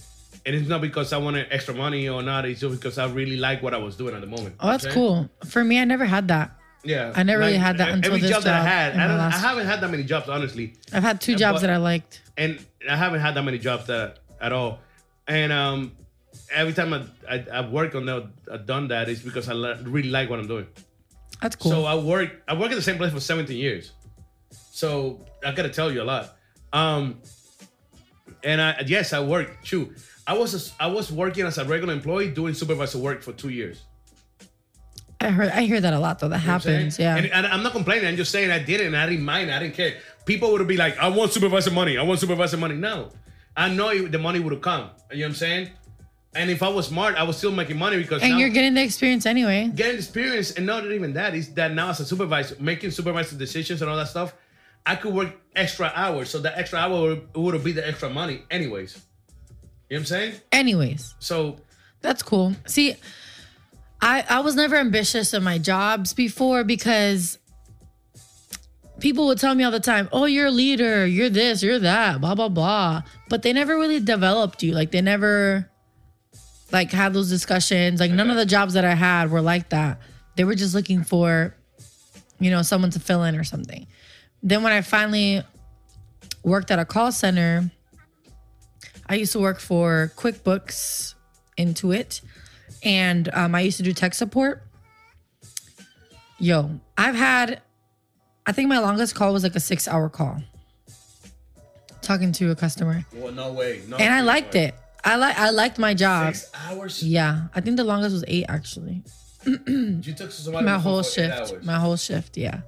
And it's not because I wanted extra money or not. It's just because I really like what I was doing at the moment.
Oh, that's
Okay?
cool. For me, I never had that.
Yeah.
I never really had that
e-
until
every
this
job, that I
job
had.
and
I,
my
don't, I
last-
haven't had that many jobs, honestly.
I've had two
Yeah,
jobs
but-
that I liked.
and I haven't had that many jobs that at all. And um, every time I, I I work on that, I've done that is because I le- really like what I'm doing.
That's cool.
So uh, I work I work at the same place for 17 years. So I gotta tell you a lot. Um, and I yes I worked too. I was a s- I was working as a regular employee doing supervisor work for two years.
I heard I hear that a lot though. That
I'm saying?
happens. Yeah.
And, and I'm not complaining. I'm just saying I did it and I didn't mind. I didn't care. People would be like, I want supervisor money. I want supervisor money. No. I know it, the money would have come. You know what I'm saying? And if I was smart, I was still making money because
and
now
you're getting the experience anyway.
getting experience. And not even that is that now as a supervisor, making supervisor decisions and all that stuff, I could work extra hours. So that extra hour would have been the extra money, anyways. You know what I'm saying?
Anyways.
So
That's cool. See, I I was never ambitious in my jobs before because people would tell me all the time, "Oh, you're a leader, you're this, you're that, blah blah blah." But they never really developed you. Like they never like had those discussions. Like none of the jobs that I had were like that. They were just looking for you know, someone to fill in or something. Then when I finally worked at a call center, I used to work for QuickBooks into it. And um, I used to do tech support. Yo, I've had, I think my longest call was like a six hour call talking to a customer.
Well, no way. No
And I liked it. I like I liked my job.
Six hours.
Yeah. I think the longest was eight actually.
You took somebody
My
with
whole
for eight
shift.
hours.
My whole shift. Yeah.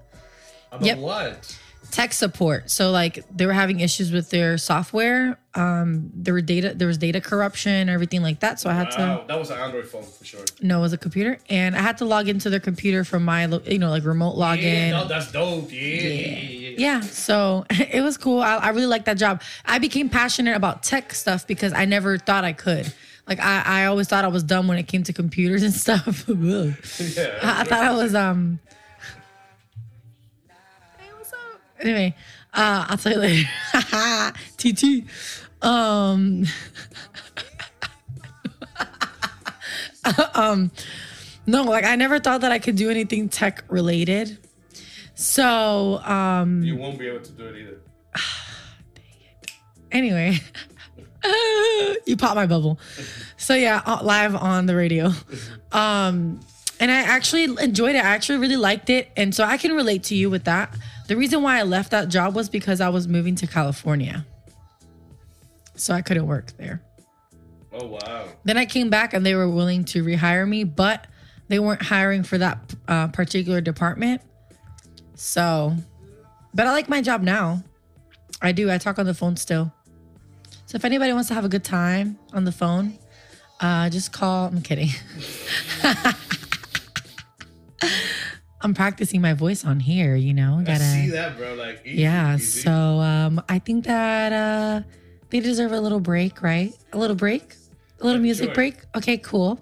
About
yep.
what?
tech support. So like they were having issues with their software. Um, there were data, there was data corruption, and everything like that. So I had
Wow, that was an Android phone for sure.
to know it was a computer, and I had to log into their computer from my, lo- you know, like remote login.
Yeah, no, that's dope. Yeah, yeah, yeah, yeah, yeah.
Yeah, so *laughs* it was cool. I, I really liked that job. I became passionate about tech stuff because I never thought I could. Like I, I always thought I was dumb when it came to computers and *laughs* stuff. Ugh. I, I thought I was um. Hey, what's up? Anyway, uh, I'll tell you later. *laughs* TT. Um. *laughs* um. No, like I never thought that I could do anything tech related. So, um,
You won't be able to do it either.
anyway *laughs* you popped my bubble so yeah uh, live on the radio um and i actually enjoyed it i actually really liked it and so i can relate to you with that the reason why i left that job was because i was moving to california so i couldn't work there
Oh wow.
then i came back and they were willing to rehire me but they weren't hiring for that uh, particular department so but i like my job now i do i talk on the phone still so if anybody wants to have a good time on the phone uh, just call i'm kidding *laughs* i'm practicing my voice on here you know
I
gotta
see that, bro. Like, easy,
yeah.
easy.
So um, I think that uh, they deserve a little break, right? A little break, a little music
Sure.
break. Okay, cool.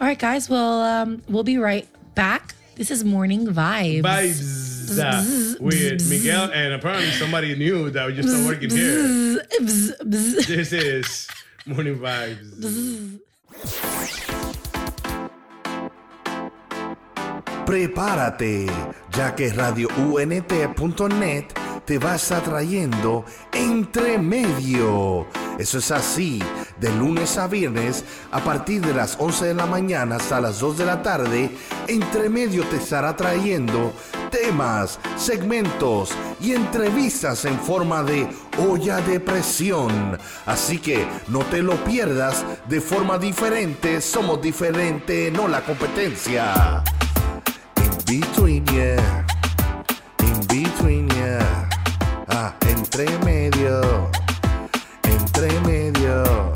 All right, guys. Well, um, we'll be right back. This is Morning Vibes.
vibes. that with Miguel, and apparently somebody knew that we just not working here.
Bzz, bzz.
This is morning vibes.
Prepárate, ya que Radio UNT.net te va a estar trayendo entre medio. Eso es así, de lunes a viernes, a partir de las 11 de la mañana hasta las 2 de la tarde, entre medio te estará trayendo temas, segmentos y entrevistas en forma de olla de presión. Así que no te lo pierdas de forma diferente, somos diferente, no la competencia. In between, yeah. In between, yeah. Ah, entre medio. Entre medio.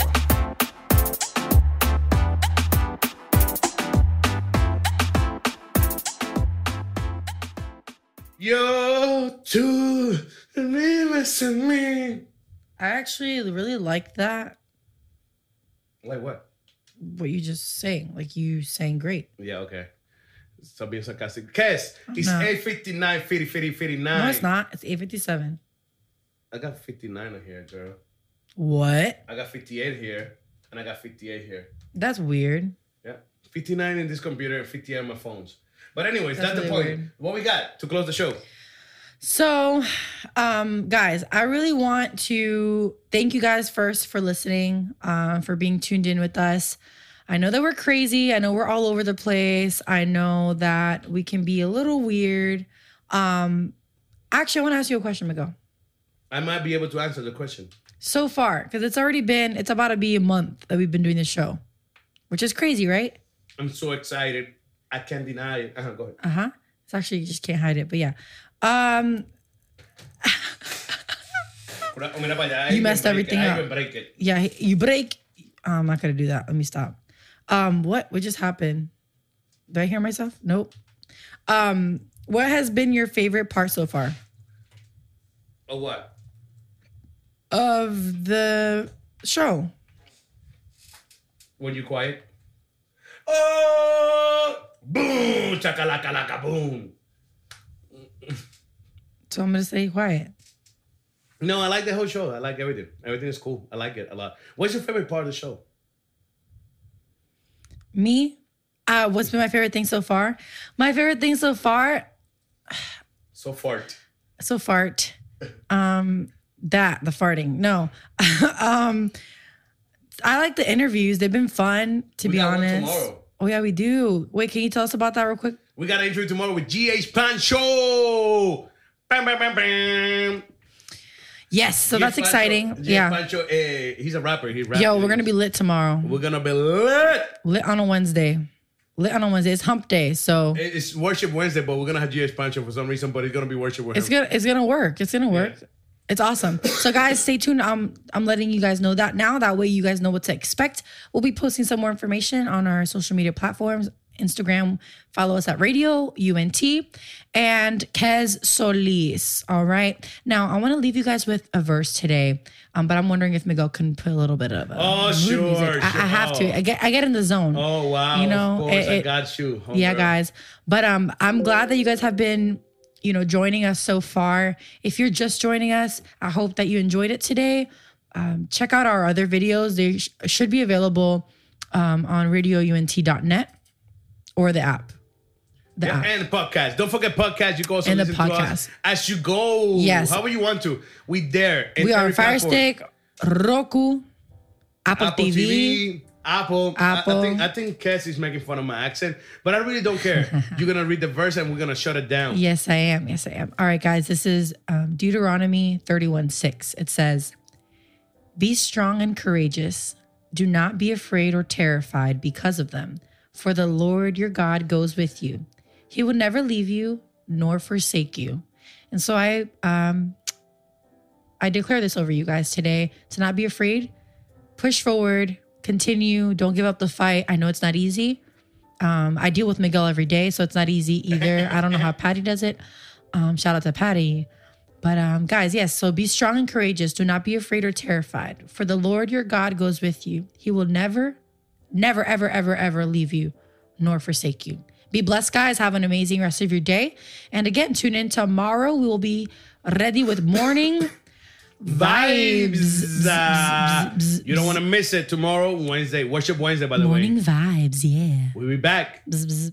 Yo, tú, vives en mí.
I actually really like that.
Like what?
What you just sang, like you sang great.
Yeah, okay. Stop being sarcastic. Kes, it's
No.
859, 50, 50, 59.
No, it's not. It's eight fifty seven.
I got 59 on here, girl.
What?
I got 58 here, and I got 58 here.
That's weird.
Yeah. 59 in this computer and 58 on my phones. But anyways, that's,
That's
the
really
point.
weird.
What we got to close the show?
So, um, guys, I really want to thank you guys first for listening, um, for being tuned in with us. I know that we're crazy. I know we're all over the place. I know that we can be a little weird. Um, actually, I want to ask you a question, Miguel.
I might be able to answer the question.
So far, because it's already been, it's about to be a month that we've been doing this show, which is crazy, right?
I'm so excited. I can't deny it. Uh-huh, go ahead.
Uh huh. It's actually, you just can't hide it, but yeah. Um,
Pura- oh, mira pa allá.
You
Ahí
messed
ven,
everything
break it. Ahí
up.
ven, break it.
yeah, he- you break. oh, I'm not gonna do that. Let me stop. Um, what what just happened? Did I hear myself? Nope. Um, what has been your favorite part so far
Oh, what?
of the show?
When you quiet? Oh, boom, chakalaka, boom.
So I'm gonna stay quiet.
No, I like the whole show. I like everything. Everything is cool. I like it a lot. What's your favorite part of the show?
Me, uh, what's been my favorite thing so far? My favorite thing so far,
So fart.
so fart. Um, that the farting. No, *laughs* um, I like the interviews. They've been fun. To
We
be
got one
honest.
tomorrow.
Oh yeah, we do. Wait, can you tell us about that real quick?
We got an interview tomorrow with GH Pan Show. Bam, bam, bam, bam.
Yes, so
GH
that's
Pancho-
exciting.
GH
yeah.
Pancho, eh, he's a rapper. He raps.
Yo, we're gonna be lit tomorrow.
We're gonna be lit.
Lit on a Wednesday. Lit on a Wednesday. It's hump day. So
It- It's Worship Wednesday, but we're gonna have GH Pancho for some reason. But it's gonna be worship with
it's
him.
gonna it's gonna work. It's gonna work. It's awesome. So guys, stay tuned. Um, I'm letting you guys know that now. That way you guys know what to expect. We'll be posting some more information on our social media platforms. Instagram, follow us at Radio UNT and Kez Solis. All right. Now I want to leave you guys with a verse today. Um, but I'm wondering if Miguel can put a little bit of uh,
Oh,
mood
sure,
music. I, I
sure.
have to. I get I get in the zone.
Oh wow!
You know,
of course,
it-
I
it-
got you. homegirl.
yeah guys but um i'm glad that you guys have been you know joining us so far if you're just joining us i hope that you enjoyed it today um, check out our other videos they sh- should be available um, on radiount.net or the app the
Yeah,
app
and podcast. Don't forget podcast. You can also
And the
listen to us
podcast.
as you go.
Yes.
However you want to. We there. in
we are
every
on fire
platform.
stick roku apple,
Apple
TV.
TV. Apple. I, I
Apple.
think I think Cass is making fun of my accent, but I really don't care.
*laughs*
You're gonna read the verse and we're gonna shut it down.
Yes, I am. Yes, I am. All right, guys, this is um, Deuteronomy 31 6. It says, Be strong and courageous. Do not be afraid or terrified because of them, for the Lord your God goes with you. He will never leave you nor forsake you. And so I, um, I declare this over you guys today to not be afraid, push forward, continue, don't give up the fight. I know it's not easy. Um, I deal with Miguel every day, so it's not easy either. I don't know how Patty does it. Um, shout out to Patty. But um, guys, yes, so be strong and courageous. Do not be afraid or terrified, for the Lord your God goes with you. He will never, never, ever, ever, ever leave you nor forsake you. Be blessed, guys. Have an amazing rest of your day. And again, tune in tomorrow. We will be ready with morning.
Vibes. Uh,
Bzz, bzz, bzz,
you don't want to miss it tomorrow, Wednesday. Worship Wednesday, by *laughs* the
morning
way.
vibes, yeah.
We'll be back.
Bzz, bzz.